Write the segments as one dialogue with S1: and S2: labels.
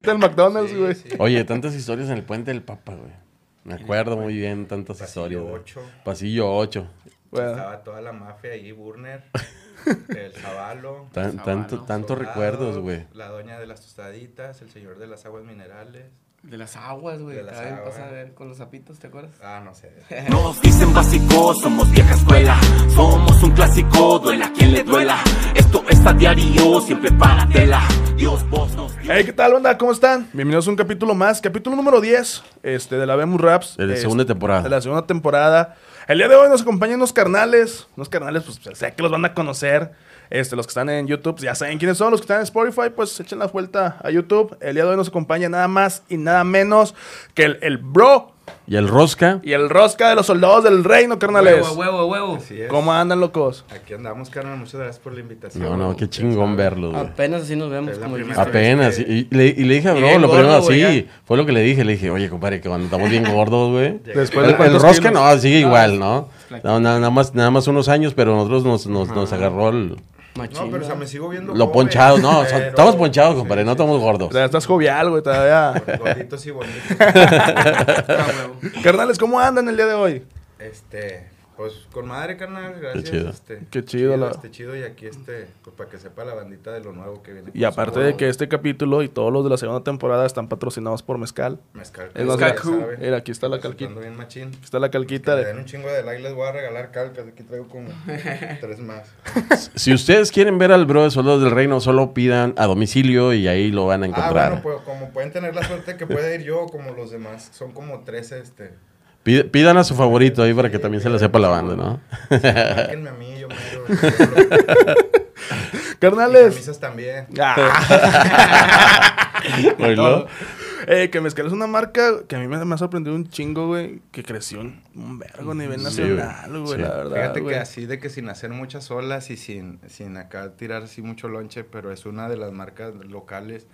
S1: del McDonald's, güey.
S2: Oye, tantas historias en el puente del Papa, güey. Me acuerdo muy bien tantas
S3: Pasillo
S2: historias. güey.
S3: ocho.
S2: Pasillo 8.
S1: Bueno,
S3: Estaba toda la mafia ahí, Burner, el Zabalo.
S2: tanto,
S4: Sabano,
S2: tantos
S3: Soldados,
S2: recuerdos, güey.
S3: La doña de las tostaditas, el señor de las aguas minerales.
S4: De las aguas, güey.
S3: De las
S4: Estaba bien
S3: aguas.
S4: pasada, eh, con los zapitos, ¿te acuerdas?
S3: Ah, no sé.
S5: Nos dicen básicos, somos vieja escuela. Somos un clásico, duela quien le duela. Esto es a diario, siempre para tela. Dios vos nos dio.
S1: hey, ¿qué tal, onda? ¿Cómo están? Bienvenidos a un capítulo más, capítulo número 10 este, de la Vemos Raps.
S2: De la
S1: Este,
S2: segunda temporada.
S1: De la segunda temporada. El día de hoy nos acompañan unos carnales. Unos carnales, pues sé que los van a conocer. Este, los que están en YouTube, pues, ya saben quiénes son. Los que están en Spotify, pues echen la vuelta a YouTube. El día de hoy nos acompaña nada más y nada menos que el, el bro
S2: Y el Rosca.
S1: y el rosca de los soldados del reino, carnales.
S4: Huevo, huevo, huevo.
S3: Así es.
S1: ¿Cómo andan, locos?
S3: Aquí andamos, carnal. Muchas gracias por la invitación.
S2: No, no, qué
S3: Ya
S2: chingón
S3: saben.
S2: verlos, güey.
S4: Apenas así nos vemos.
S3: Es la
S4: como
S3: primera
S4: dijiste.
S3: vez.
S2: Apenas. Y, y le, y le dije a
S4: Y
S2: Bro,
S4: bien
S2: lo primero
S4: gordo, güey,
S2: así. Fue lo que le dije. Le dije, oye, compadre, que cuando estamos bien gordos, güey.
S1: Después
S2: El,
S1: de
S2: el
S1: cuántos
S2: Rosca
S1: kilos?
S2: no, sigue igual, ¿no?
S4: flaquito.
S2: No, na- nada, más, nada más unos años, pero nosotros nos, nos, nos agarró el-
S4: Machín,
S3: No, pero o sea,
S4: ¿verdad?
S3: me sigo viendo.
S2: lo
S3: joven,
S2: ponchado. No, son-
S3: pero-
S2: estamos ponchados,
S3: sí,
S2: compadre, no
S3: sí,
S2: estamos gordos.
S1: O sea, estás jovial, güey,
S3: sí.
S1: todavía.
S3: Gorditos y bonitos.
S4: Ah, huevo.
S1: Carnales, ¿cómo andan el día de hoy?
S3: este, pues con madre, carnal. Gracias.
S2: chido.
S3: Este,
S1: Qué chido, la-
S3: Este chido. Y aquí, este, pues para que sepa la bandita de lo nuevo que viene.
S1: Y aparte de que este capítulo y todos los de la segunda temporada están patrocinados por Mezcal.
S3: Mezcal. Pues,
S1: Es más,
S3: ya
S1: mira,
S3: saben.
S1: mira, aquí está la
S3: Presentando
S1: calquita.
S3: Pues, bien machín.
S1: Aquí está la calquita
S3: Me
S1: de...
S3: den un chingo de like, les voy a regalar calcas. Aquí traigo como tres más.
S2: Si ustedes quieren ver al bro de Soldados del Reino, solo pidan a domicilio y ahí lo van a
S3: Ah,
S2: encontrar.
S3: bueno, pues como pueden tener la suerte que pueda ir yo, como los demás. Son como tres, este.
S2: Pid- pidan a su favorito ahí para que
S3: Sí,
S2: también se
S3: pidan
S2: lo
S3: a
S2: sepa
S3: su
S2: la banda, ¿no?
S3: Márquenme a mí, yo me yo- yo- Mis
S1: Carnales. Ah.
S3: camisas también.
S2: Oílo.
S1: Eh, que Mezcal es una marca que a mí me, me ha sorprendido un chingo, güey, que creció un, un vergo a nivel
S2: Sí,
S1: nacional,
S2: güey.
S1: güey,
S2: Sí.
S1: la verdad,
S3: Fíjate
S1: güey.
S3: que así de que sin hacer muchas olas y sin, sin acá tirar así mucho lonche, pero es una de las marcas locales.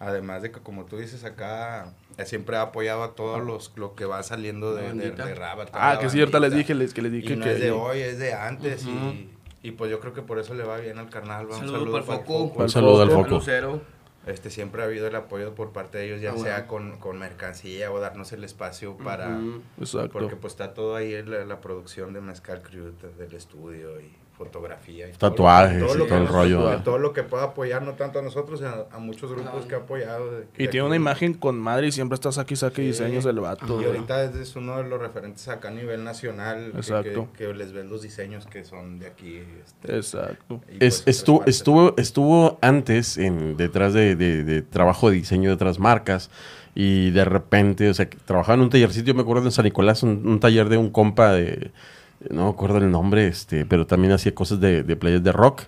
S3: Además de que, como tú dices, acá eh, siempre ha apoyado a todos los lo que va saliendo de, de,
S4: Bandita.
S3: de Raba, toda
S1: Ah,
S3: la
S1: que sí, ahorita les
S3: bandita.
S1: dije, les, que les dije
S3: y no
S1: que...
S3: es de hoy, es de antes. y, y pues yo creo que por eso le va bien al carnal. va, un
S4: Saludo para el
S3: para el
S4: Foco.
S3: Foco.
S2: Un saludo al foco.
S4: Lucero.
S3: Este, siempre ha habido el apoyo por parte de ellos, ya
S4: Ah,
S3: sea
S4: bueno.
S3: con, con mercancía o darnos el espacio para...
S4: Ujú.
S1: Exacto.
S3: Porque pues está todo ahí en la, la producción de Mezcal Crew, t- del estudio y fotografía. Y
S2: Tatuajes y
S3: que
S2: todo el
S3: nos-
S2: rollo,
S3: todo-
S2: ¿eh?
S3: Todo lo que pueda apoyar, no tanto a nosotros, a, a muchos grupos que ha apoyado. de-
S1: Y tiene
S3: de aquí.
S1: una imagen con madre y siempre estás aquí, saque
S3: Sí.
S1: diseños del vato,
S3: Y
S1: güey.
S3: ahorita es- es uno de los referentes acá a nivel nacional. que-
S1: Exacto.
S3: Que, que les ven los diseños que son de aquí. este,
S1: Exacto.
S3: y,
S2: Es-
S3: pues,
S2: estu-
S3: otras partes.
S2: estuvo, estuvo antes en, detrás de, de- de trabajo de diseño de otras marcas y de repente, o sea, que trabajaba en un tallercito, yo me acuerdo en San Nicolás, un, un taller de un compa de, no me acuerdo el nombre, este, pero también hacía cosas de, de playas de rock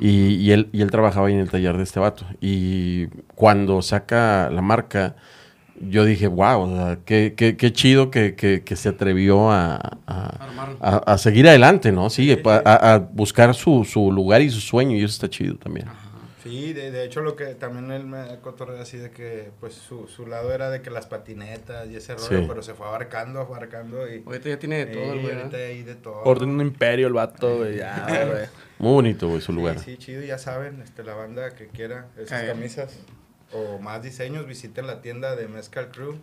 S2: y, y él, y él trabajaba ahí en el taller de este vato. Y cuando saca la marca, yo dije, wow, o sea, qué, qué- qué chido que, que- que se atrevió a, a-
S4: Armar.
S2: a- a seguir adelante, ¿no? Sí, pa- a, a buscar su, su lugar y su sueño, y eso está chido también.
S3: Sí, de, de hecho lo que también él me cotorreó así de que pues su, su lado era de que las patinetas y ese rollo,
S2: Sí.
S3: pero se fue abarcando, abarcando y,
S4: Ahorita ya tiene de todo, el
S3: y
S4: güey.
S3: ahorita
S4: ¿verdad?
S3: ahí de todo.
S1: Orden un imperio el vato, güey. Ya, güey.
S2: Muy bonito, güey, su
S3: Sí,
S2: lugar.
S3: Sí, chido, ya saben, este, la banda que quiera esas
S4: Ahí.
S3: camisas o más diseños, visiten la tienda de Mezcal Crew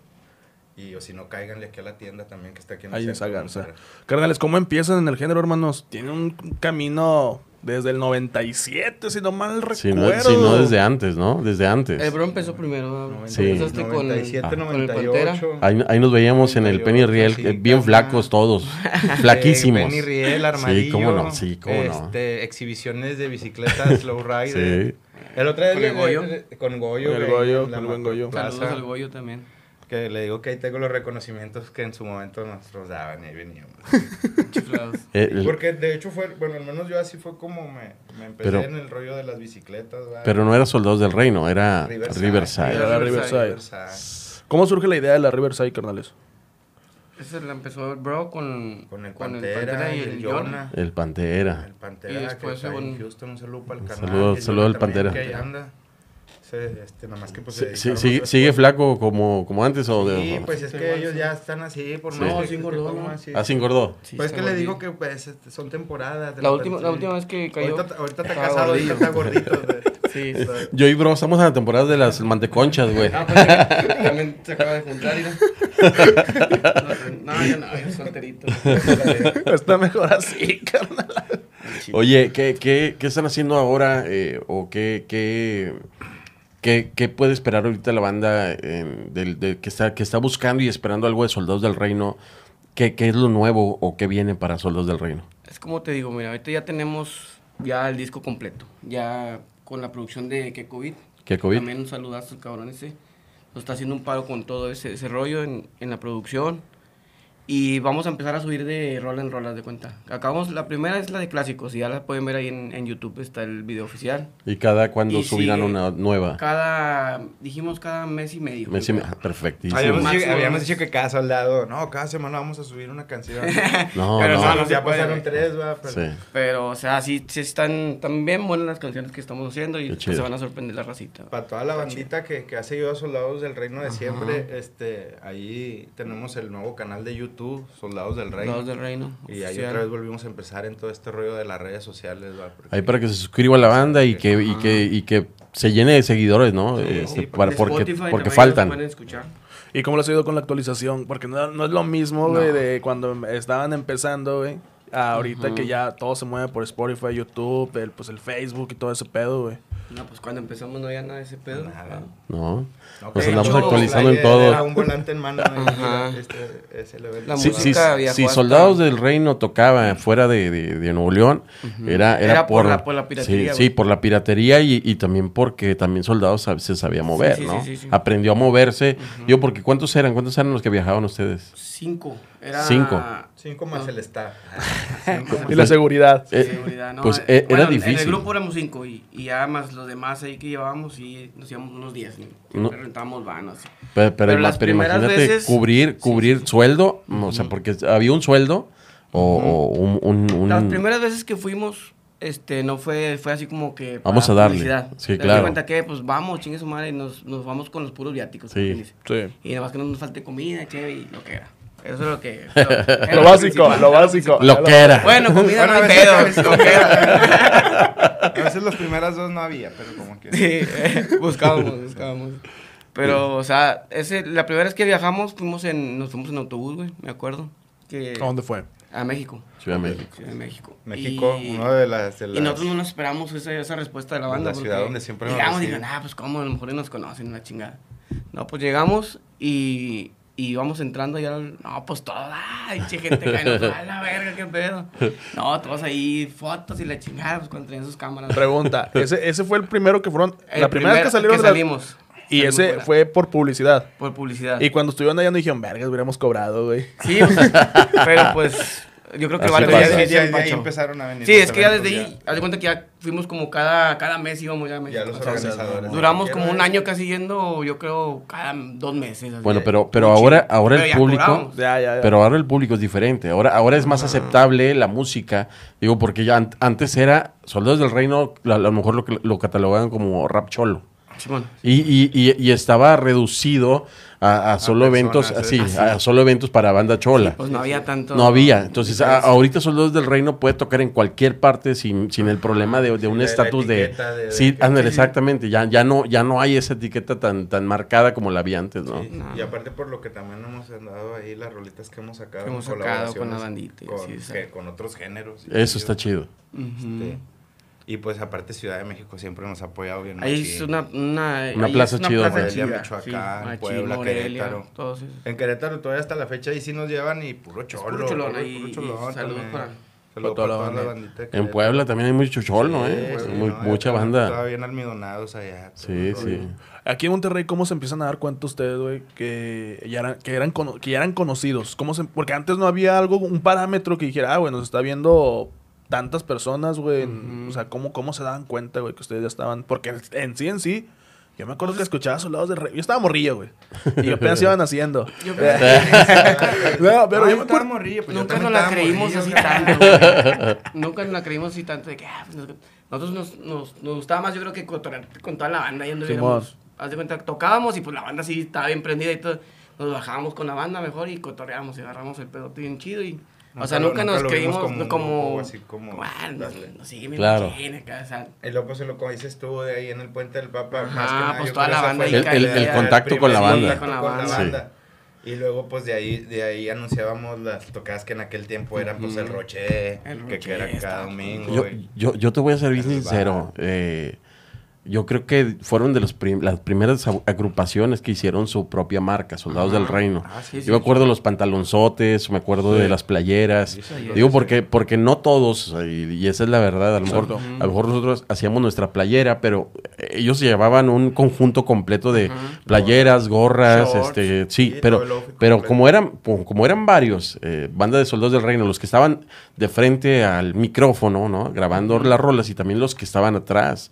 S3: y o si no, cáiganle aquí a la tienda también que está aquí en el
S1: Ahí en
S3: centro de
S1: Zagarza.
S3: Monterrey.
S1: Carnales, ¿cómo empiezan en el género, hermanos? Tiene un camino desde el 97, si no mal recuerdo.
S2: Si no, si no desde antes, ¿no? Desde antes.
S4: El bro empezó primero. ¿verdad?
S2: Sí.
S4: Empezaste con-
S3: 97,
S4: con el
S3: 98.
S2: Ahí, ahí nos veíamos en el Penny Riel, eh, bien flacos todos, flaquísimos.
S3: Eh, Benny Riel, Armadillo.
S2: Sí, cómo no, sí, cómo no.
S3: este, Exhibiciones de bicicletas Slowrider.
S2: Sí.
S3: El otro día
S4: Con
S3: le-
S4: el Goyo.
S3: le- le- con Goyo.
S1: Con el
S3: güey,
S1: Goyo,
S3: en la
S1: con el buen Goyo.
S3: plaza,
S4: Saludos al Goyo también.
S3: Que le digo que ahí tengo los reconocimientos que en su momento nosotros daban y ahí veníamos.
S4: Chiflados.
S2: Eh, el-
S3: Porque de hecho fue, bueno, al menos yo así fue como me, me empecé
S2: Pero-
S3: en el rollo de las bicicletas. ¿verdad?
S2: pero no era Soldados del Reino, era
S3: Riverside.
S2: Riverside.
S1: Era la
S4: Riverside.
S1: Riverside.
S3: Riverside.
S1: ¿Cómo surge la idea de la Riverside, carnales?
S4: Ese la empezó el bro con,
S3: Con el Pantera y el Jonah.
S2: El Pantera.
S3: El Pantera,
S4: Y después
S3: que está en
S4: según-
S3: Houston, un saludo para el
S2: Ah. Un
S3: canal.
S2: saludo-
S3: que
S2: saludo
S3: Jonah
S2: al
S3: también,
S2: Pantera.
S3: Que ahí anda. Se- este, nomás que pues...
S2: Sí,
S3: se
S2: sí,
S3: dedicaron
S2: sigue,
S3: a-
S2: sigue flaco como, como antes o de-
S3: Sí, pues es que ellos ya están así, por
S2: Sí.
S3: más
S2: No,
S3: que-
S4: sí
S3: que
S4: engordó,
S3: coman,
S4: ¿no?
S3: sí.
S2: así Ah, engordó.
S4: Sí,
S3: Pues es
S4: está
S3: que le
S4: gordillo.
S3: digo que pues, este, son temporadas. de
S4: La última, la
S3: repente-
S4: última vez que cayó.
S3: Ahorita, ahorita está
S4: estaba
S3: casado, ahorita
S4: gordillo.
S3: está gordito. güey.
S4: Sí,
S3: O
S4: sí.
S3: sea,
S2: Yo y bro, estamos en la temporada de las manteconchas, güey.
S4: Ah, pues también- también se acaba de juntar, mira. No, no, yo no, yo solterito.
S2: Eh,
S1: Está mejor así, carnal.
S3: pues,
S2: Oye, ¿qué, qué, qué están haciendo ahora eh, o qué, qué, qué, qué puede esperar ahorita la banda en- del- del que, está, que está buscando y esperando algo de Soldados del Reino? ¿Qué, qué es lo nuevo o qué viene para Soldados del Reino?
S4: Es como te digo, mira, ahorita ya tenemos ya el disco completo. Ya con la producción de que COVID.
S2: ¿Qué COVID?
S4: También un saludazo al cabrón ese. Nos está haciendo un paro con todo ese, ese rollo en, en la producción. Y vamos a empezar a subir de rola en rolas de cuenta. Acabamos, la primera es la de clásicos, y ya la pueden ver ahí en, en YouTube, está el video oficial.
S2: ¿Y cada cuándo
S4: Y
S2: subirán
S4: sigue.
S2: una nueva?
S4: Cada, dijimos cada mes y medio.
S2: Ah. Me decía- ah,
S4: Habíamos
S2: perfectísimo.
S4: Máximo.
S3: dicho- que cada soldado, no, cada semana vamos a subir una canción.
S2: No,
S3: Pero
S2: no.
S3: no,
S4: no se
S3: ya
S4: puede,
S3: pasaron
S4: güey.
S3: tres, va. Pero...
S2: Sí.
S4: Pero, o sea, sí, sí están, tan bien buenas las canciones que estamos haciendo y
S2: Qué
S4: pues,
S2: chido.
S4: se van a sorprender la racita.
S3: Para toda la bandita que, que ha seguido a Soldados del Reino de siempre, este, ahí tenemos el nuevo canal de YouTube, Soldados del Reino.
S4: Soldados del Reino.
S3: Y ahí
S4: oficial.
S3: otra vez volvimos a empezar en todo este rollo de las redes sociales, va. Porque-
S2: Ahí para que se suscriba la banda y que, y que, y que se llene de seguidores, ¿no? Este,
S3: sí,
S2: para-
S4: En
S2: porque
S4: Spotify
S2: porque
S4: también los pueden
S2: faltan.
S4: escuchar.
S1: ¿Y cómo les ha ido con la actualización? Porque no, no es lo mismo, güey, de cuando estaban empezando, güey. a Ahorita que ya todo se mueve por Spotify, YouTube, el, pues el Facebook y todo ese pedo, güey.
S4: No, pues cuando empezamos no había nada de ese pedo.
S3: pues,
S4: Ah,
S3: Nada.
S2: ¿no?
S3: No,
S2: Nos
S3: que
S2: andamos
S3: de hecho,
S2: actualizando en
S3: Slayer Era
S2: todo.
S3: un volante en mano. y
S4: Ajá.
S3: mira, este, ese level.
S4: La
S2: Sí, sí,
S4: música
S2: sí,
S4: viajó
S2: si
S4: hasta-
S2: Soldados del Reino tocaba fuera de, de- de Nuevo León, era, era,
S4: Era por la- por la piratería,
S2: Sí, sí,
S4: güey.
S2: por la piratería y, y también porque también Soldados sab- se sabía mover,
S4: sí,
S2: ¿no?
S4: sí, sí.
S2: Aprendió a moverse. Yo, porque ¿cuántos eran? ¿Cuántos eran los que viajaban ustedes?
S4: Cinco. Era
S2: Cinco.
S3: Cinco más
S4: Ah.
S3: el está.
S1: Y la seguridad.
S4: de
S2: Eh,
S4: seguridad, ¿no?
S2: pues
S4: Eh,
S2: eh,
S4: bueno,
S2: era
S4: En el
S2: difícil.
S4: grupo éramos cinco y, y ya más los demás ahí que llevábamos y nos íbamos unos diez. ¿no? Siempre
S2: No.
S4: rentábamos vanos.
S2: Pero, pero,
S4: Pero
S2: ima-
S4: las
S2: pero
S4: primeras
S2: imagínate
S4: veces-
S2: cubrir, cubrir sueldo, o sea, porque había un sueldo o, o un... un- un-
S4: Las primeras veces que fuimos, este, no fue, fue así como que.
S2: Vamos
S4: para
S2: a darle.
S4: publicidad.
S2: Sí,
S4: Te das
S2: claro.
S4: cuenta que, pues vamos, chingue su madre, y nos, nos vamos con los puros viáticos.
S2: Sí.
S4: como quien dice.
S1: Sí.
S4: Y nada más que no nos falte comida, che, y lo que era. Eso es lo que.
S1: Lo básico, lo básico.
S2: Lo que era.
S4: Bueno, comida
S3: Bueno,
S4: no
S3: a
S4: hay
S3: veces-
S4: pedo.
S3: a veces-
S4: lo que era.
S3: A veces las primeras dos no había, pero como que.
S4: Sí, eh, buscábamos, buscábamos. Pero, o sea, ese, la primera vez que viajamos fuimos en, nos fuimos en autobús, güey, me acuerdo. Que,
S1: ¿A dónde fue?
S4: A México.
S2: Ciudad de México.
S4: Ciudad de México.
S3: México,
S4: Y-
S3: una de las. de
S4: y
S3: las-
S4: nosotros no nos esperamos esa, esa respuesta de la
S3: Pues
S4: banda.
S3: la ciudad
S4: porque
S3: donde siempre nos
S4: Llegamos y
S3: reciben.
S4: dijeron, ah, pues cómo, a lo mejor y nos conocen, una chingada. No, pues llegamos y, y vamos entrando allá. al- No, pues toda, ay, che, gente que nos a la verga, qué pedo. No, todos ahí, fotos y la chingada, pues cuando tenían sus cámaras.
S1: Pregunta. Ese, ese fue el primero que fueron.
S4: El
S1: la primera vez
S4: primer-
S1: que salieron.
S4: que
S1: de la-
S4: salimos.
S1: Y
S4: Salimos
S1: ese
S4: fuera.
S1: fue por publicidad.
S4: Por publicidad.
S1: Y cuando estuvieron allá no dijeron, vergas, hubiéramos cobrado, güey.
S4: Sí, o sea, pero pues yo creo que
S2: Así
S4: vale
S3: Pero ya
S2: pasa.
S4: ya,
S3: desde
S4: ya
S3: ahí- de ahí
S4: empachó.
S3: empezaron a venir.
S4: Sí,
S3: los
S4: es que ya
S3: eventos,
S4: desde ahí, haz de cuenta que ya fuimos como cada, cada mes íbamos ya a México.
S3: Ya los
S4: O sea,
S3: organizadores.
S4: Duramos
S3: Quiero
S4: como un
S3: ver.
S4: año casi yendo, yo creo, cada dos meses. así.
S2: Bueno, pero, pero
S4: Muy
S2: ahora,
S4: chido.
S2: ahora
S4: Pero
S2: el
S4: ya
S2: público,
S4: cobramos. Ah.
S1: Ya, ya, ya.
S2: pero ahora el público es diferente. Ahora, ahora es más aceptable la música. Digo, porque ya an- antes era Soldados del Reino, la- a lo mejor lo, que- lo catalogaban como rap cholo.
S4: Simón.
S2: Y, y- y- y estaba reducido a, a solo
S3: personas,
S2: eventos,
S3: ¿eh?
S2: así, a solo eventos para banda chola.
S4: Pues no había tanto.
S2: No había. Entonces, a- ahorita Soldados del Reino puede tocar en cualquier parte sin, sin el problema de, de un
S3: Ah, de la
S2: estatus de,
S3: etiqueta, de- de
S2: Sí,
S3: que-
S2: ándale, exactamente. Ya, ya, no, ya no hay esa etiqueta tan, tan marcada como la había antes, ¿no?
S3: Sí,
S4: No.
S3: Y aparte por lo que también hemos andado ahí, las rolitas que hemos sacado.
S4: Que hemos
S3: en
S4: sacado con la
S3: colaboraciones
S4: bandita y
S3: Con,
S4: así, o sea.
S3: que- con otros géneros. y
S2: Eso
S3: así,
S2: está
S3: o-
S2: chido.
S4: Ujú.
S3: este, Y pues aparte Ciudad de México siempre nos ha apoyado bien.
S4: Ahí
S3: machín.
S4: es una, una,
S2: Una
S4: ahí
S2: plaza
S4: es una
S2: chida,
S4: plaza
S2: güey.
S4: chida,
S3: Morelia, Michoacán,
S4: machín,
S3: Puebla,
S4: Morelia,
S3: Querétaro.
S4: todos esos.
S3: En Querétaro todavía hasta la fecha y sí nos llevan y puro cholo.
S4: puro cholón ahí, y saludos
S3: también.
S4: para-
S1: para
S3: Saludos
S1: toda
S3: para toda
S1: la
S3: la
S1: bandita.
S3: bandita. de
S2: En
S3: Querétaro.
S2: Puebla también hay mucho cholo,
S3: Sí,
S2: ¿eh?
S3: sí,
S2: Muy-
S3: no,
S2: mucha
S3: ya
S2: banda.
S3: Estaba bien almidonados allá.
S2: Sí, sí.
S1: Aquí en Monterrey, ¿cómo se empiezan a dar cuenta ustedes, güey, que ya eran, que eran, cono- que ya eran conocidos? ¿Cómo se, porque antes no había algo, un parámetro que dijera, ah, güey, nos está viendo tantas personas, güey. en- O sea, ¿cómo, ¿cómo se dan cuenta, güey, que ustedes ya estaban? Porque en sí, en sí, Yo me acuerdo que escuchaba Soldados del Rey. Yo estaba morrillo, güey. Y yo apenas iban haciendo.
S4: Yo creo que
S1: no, pero yo me
S3: estaba
S1: acuerdo-
S3: morrillo, pues yo
S4: nunca
S3: también
S4: nos la
S3: estaba
S4: creímos
S3: morrillo,
S4: así
S3: güey.
S4: tanto. güey. Nunca nos la creímos así tanto de que ah, pues, nos- nosotros nos, nos, nos gustaba más, yo creo que cotorrear con toda la banda. Y anduviéramos, haz de cuenta, prendida y pues la banda sí estaba bien prendida y todo. Nos bajábamos con la banda mejor y cotorreábamos y agarramos el pedote bien chido y. o sea,
S3: Nunca lo-
S4: nunca,
S3: nunca
S4: nos
S3: lo vimos
S4: creímos
S3: como un
S4: como.
S3: grupo así como-
S4: ah, nos, nos siguen bien
S2: Claro.
S4: machín acá, o sea,
S3: El Lopo se lo como dices tú de ahí en el puente del Papa.
S4: Ajá,
S3: más que nada,
S4: pues
S3: yo
S4: toda
S3: creo
S4: la
S3: esa
S4: banda
S3: fue
S4: ahí
S3: el-
S4: caída. El- el
S3: primer
S2: contacto con la
S3: contacto
S4: banda.
S3: con la banda. Y luego pues de ahí, de ahí anunciábamos las tocadas que en aquel tiempo eran pues el Roche,
S4: El
S3: que, que era
S4: Roche,
S3: cada
S4: estaba-
S3: domingo.
S2: Yo,
S3: güey.
S2: yo, yo te voy a ser bien
S3: Ahí va.
S2: sincero. eh, yo creo que fueron de los prim- las primeras au- agrupaciones que hicieron su propia marca, Soldados del Reino.
S4: Ah, sí, sí,
S2: yo me acuerdo de los pantalonzotes, me acuerdo de las playeras. Digo, porque, porque no todos, o sea, y, y esa es la verdad, a lo, mejor, a lo mejor nosotros hacíamos nuestra playera, pero eh, ellos llevaban un conjunto completo de playeras, gorras,
S4: Shorts.
S2: este, sí,
S3: Sí,
S2: pero,
S3: todo el outfit
S2: pero
S3: completo.
S2: como eran, po- como eran varios, eh, banda de soldados del reino, los que estaban de frente al micrófono, ¿no? Grabando las rolas y también los que estaban atrás.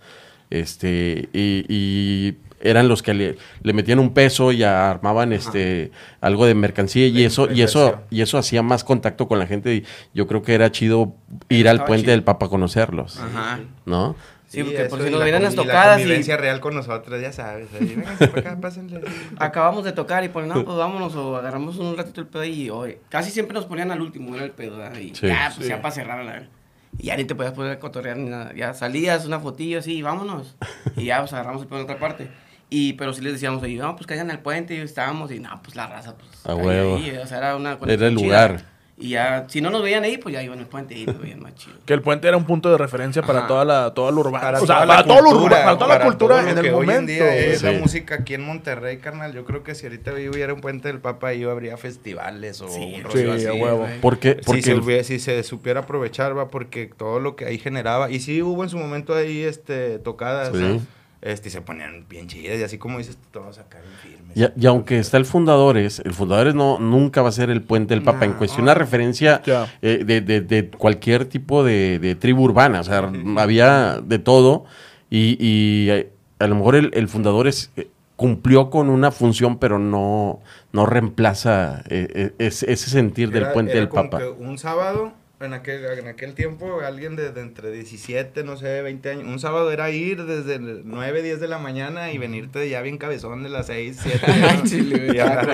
S2: Este, y, y eran los que le, le metían un peso y armaban este algo de mercancía y
S3: De
S2: eso, y eso,
S3: inversión.
S2: y eso hacía más contacto con la gente. Y yo creo que era chido ir al
S4: Estaba
S2: puente
S4: chido.
S2: del Papa a conocerlos.
S4: Ajá.
S2: ¿no?
S4: Sí, porque por
S3: eso,
S4: si
S3: y
S4: nos
S3: la
S4: venían
S3: convi-
S4: las
S3: y La
S4: tocadas y
S3: convivencia real con nosotros, ya sabes. Ahí, vénganse para acá, pásenle.
S4: acabamos de tocar y ponen, no, pues vámonos, o agarramos un ratito el pedo y oye, casi siempre nos ponían al último, era el pedo, ¿verdad? y
S2: Sí.
S4: ya, pues
S1: Sí.
S4: ya para cerrar, la verdad. Y ya ni te podías poner a cotorrear ni nada, ya salías, una fotillo así, y vámonos, y ya, pues agarramos el pedo en otra parte. Y, pero sí les decíamos, ahí, no, pues caigan al puente, y estábamos, y no, pues la raza, pues.
S2: A
S4: caía
S2: huevo.
S4: ahí, o sea, era una
S2: Era el
S4: chida.
S2: lugar.
S4: Y ya, si no nos veían ahí, pues ya iban al puente y nos veían más chido.
S1: Que el puente era un punto de referencia para
S4: Ajá.
S1: toda la, toda la urbana.
S3: Para
S1: o sea,
S3: toda la
S1: para, todo lo
S3: cultura,
S1: urbano, para toda la
S3: para todo
S1: cultura
S3: lo
S1: en el
S3: que hoy
S1: momento.
S3: día es
S2: Sí.
S3: la música aquí en Monterrey, carnal. Yo creo que si ahorita hubiera un puente del Papa, ahí habría festivales o
S4: Sí,
S3: un rollo
S1: sí,
S3: así.
S1: a huevo.
S4: güey.
S2: Porque,
S3: si,
S2: porque
S3: se hubiera- si se supiera aprovechar, va, porque todo lo que ahí generaba, y sí hubo en su momento ahí este, tocadas,
S2: Sí.
S3: ¿no? este, y se ponían bien chidas, y así como dices, todos acá bien firmes.
S2: Y, y aunque está el Fundadores, el Fundadores no, nunca va a ser el puente del Papa. en cuestión, una referencia
S1: Ya.
S2: eh, de, de- de cualquier tipo de, de tribu urbana. O sea, había de todo. Y, y, eh, a lo mejor el, el Fundadores eh, cumplió con una función, pero no, no reemplaza eh, eh, ese, ese sentir del
S3: Era-
S2: puente
S3: era
S2: del
S3: como
S2: Papa.
S3: que un sábado, en aquel, en aquel tiempo, alguien de, de entre 17, no sé, 20 años, un sábado era ir desde el 9, 10 de la mañana y venirte ya bien cabezón de las 6, 7.
S4: Ay, chile, güey.
S3: Ya, era,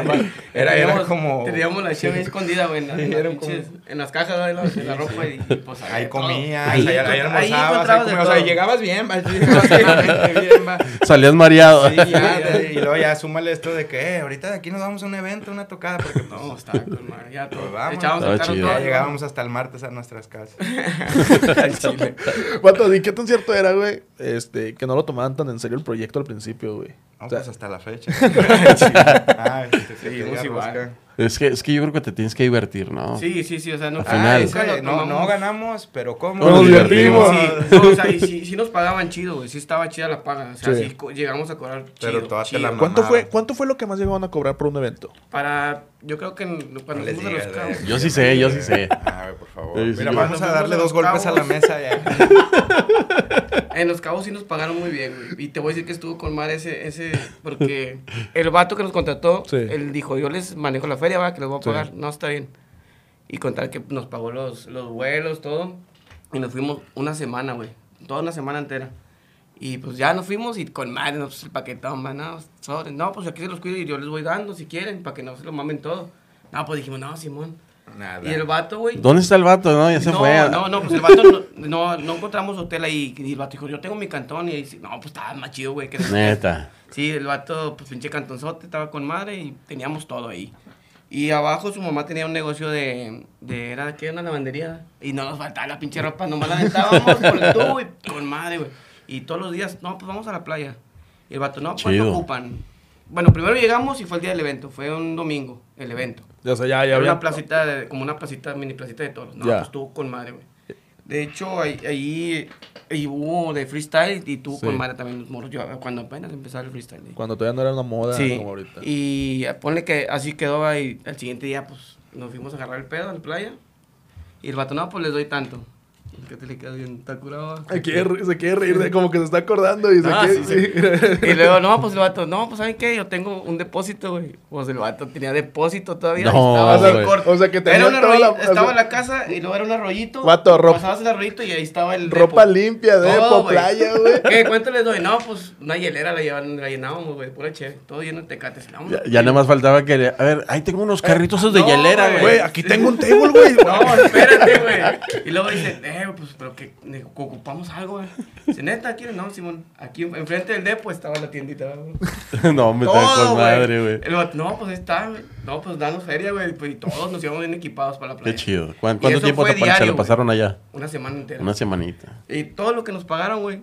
S3: era
S4: Teníamos-
S3: como...
S4: Teníamos la cheve escondida, güey. En, la- en
S3: Sí,
S4: las
S3: era
S4: pinches- en las cajas ¿no? de la, de la ropa y pues
S3: Ahí
S4: había todo.
S3: comías, ahí, ahí,
S4: encontrabas de
S3: almorzabas, ahí comías, o sea,
S4: todo.
S3: llegabas bien, va, sí, llegabas bien, bien, va.
S2: Salías mareado.
S3: Sí, ya, de- y luego ya súmale esto de que eh, ahorita de aquí nos vamos a un evento, una tocada, porque pues,
S4: No, estaba con madre. Ya todo.
S3: Pues vamos.
S4: Echábamos
S2: Estaba
S4: el carro
S2: chido.
S4: todo.
S3: ya llegábamos hasta el martes a nuestras casas.
S4: al chile.
S1: Vato, ¿y qué tan cierto era, güey? Este, que no lo tomaban tan en serio el proyecto al principio, güey.
S3: No,
S1: O sea,
S3: pues hasta la fecha. Ah, este, que
S4: Seguimos
S3: quería
S4: igual.
S3: rosca.
S2: Es que, es que yo creo que te tienes que divertir, ¿no?
S4: Sí, sí, sí. O sea, no ah,
S2: Al final.
S4: nunca lo
S3: Ah, no, no
S4: tomamos.
S3: ganamos, pero ¿cómo?
S1: Nos
S2: Nos
S1: divertimos.
S4: Sí, no, o sea, y sí, sí nos pagaban chido, güey. Sí estaba chida la paga. O sea,
S1: Sí.
S4: sí, co- llegamos a cobrar chido.
S3: Pero toda te
S4: chido.
S3: la
S1: ¿Cuánto
S3: mamada.
S1: fue, ¿Cuánto fue lo que más llegaban a cobrar por un evento?
S4: Para, yo creo que en-
S3: No
S4: cuando
S3: les
S4: fuimos a los
S3: digas,
S4: cabos.
S3: eh.
S2: Yo sí sé, yo sí sé.
S3: Ah, güey, por favor.
S2: Sí, sí,
S3: Mira,
S2: sí.
S3: vamos a darle dos golpes a la mesa ya.
S4: En los cabos sí nos pagaron muy bien, güey. Y te voy a decir que estuvo con madre ese, ese, porque el vato que nos contrató,
S1: Sí.
S4: él dijo, yo les manejo la feria, va, que les voy a
S1: Sí.
S4: pagar. No, está bien. Y contar que nos pagó los, los vuelos, todo. Y nos fuimos una semana, güey. Toda una semana entera. Y pues ya nos fuimos y con madre, nos el paquetón, man, no, sobre. No, pues aquí se los cuido y yo les voy dando si quieren, para que no se lo mamen todo. No, pues dijimos, no, Simón.
S3: Nada.
S4: Y el vato, güey.
S2: ¿Dónde está el vato? No, ya se
S4: No,
S2: fue.
S4: no, no, pues el vato no, no, no encontramos hotel ahí. Y el vato dijo, yo tengo mi cantón. Y dice, no, pues estaba más chido, güey. que-
S2: Neta.
S4: Sí, el vato, pues pinche cantonzote, estaba con madre y teníamos todo ahí. Y abajo su mamá tenía un negocio de, de era que una lavandería. Y no nos faltaba la pinche ropa, nomás la aventábamos por el tubo y con madre, güey. Y todos los días, no, pues vamos a la playa. Y el vato, no, pues
S2: Chido.
S4: ocupan. Bueno, primero llegamos y fue el día del evento, fue un domingo el evento.
S1: Ya sé, ya, ya
S4: Era
S1: había.
S4: una placita, de- como una placita, mini placita de toros. No,
S1: Ya.
S4: pues estuvo con madre, güey. De hecho, ahí, ahí, ahí hubo de freestyle y tuvo
S1: Sí.
S4: con madre también los moros. Yo, cuando apenas empezaba el freestyle. ahí.
S1: Cuando todavía no era una moda
S4: sí.
S1: como ahorita.
S4: Y eh, ponle que así quedó ahí. Al siguiente día, pues nos fuimos a agarrar el pedo en la playa. Y el vato, no, pues les doy tanto. Que te le quedas bien, está curado.
S1: Se quiere, re- se quiere reír de como que se está acordando y se
S4: Ah,
S1: quiere-
S4: sí, sí. Y luego, no, pues el vato, no, pues ¿saben qué? Yo tengo un depósito, güey. Pues el vato tenía depósito todavía.
S2: No,
S1: O sea,
S4: bien
S2: güey.
S4: corto.
S1: o sea, que tenía
S4: Era un
S1: toda
S4: arroyi-
S1: la- o
S4: Estaba
S1: sea-
S4: en la casa y luego era un arroyito.
S1: Vato, ropa-
S4: Pasabas el arroyito y ahí estaba el
S1: Ropa
S4: depo.
S1: limpia, de
S4: Todo,
S1: por playa, güey.
S4: ¿Qué cuánto les doy? No, pues una hielera la, llevan, la llenábamos, güey, pura chévere. Todo lleno de tecates. La
S2: Ya, ya nada más faltaba que... le- A ver, ahí tengo unos carritos esos de
S4: no,
S2: hielera,
S4: güey.
S1: Güey,
S2: Eh, güey.
S1: aquí tengo un table, güey.
S4: No, espérate, güey. Y luego dice, eh, pues, pero que ne- ocupamos algo, güey. Dice, neta, ¿quieres? No, Simón. Aquí enfrente del depo estaba la tiendita, güey.
S2: no, me está
S4: Todo,
S2: con madre,
S4: güey.
S2: güey.
S4: El vato, No, pues ahí está, güey. No, pues danos feria, güey. Pues, y todos nos íbamos bien equipados para la playa.
S2: Qué chido. ¿Cuán-
S4: Y
S2: ¿Cuánto,
S4: eso
S2: tiempo
S4: fue
S2: te pa- se
S4: diario,
S2: lo
S4: güey.
S2: pasaron allá?
S4: Una semana entera.
S2: Una semanita.
S4: Y todo lo que nos pagaron, güey.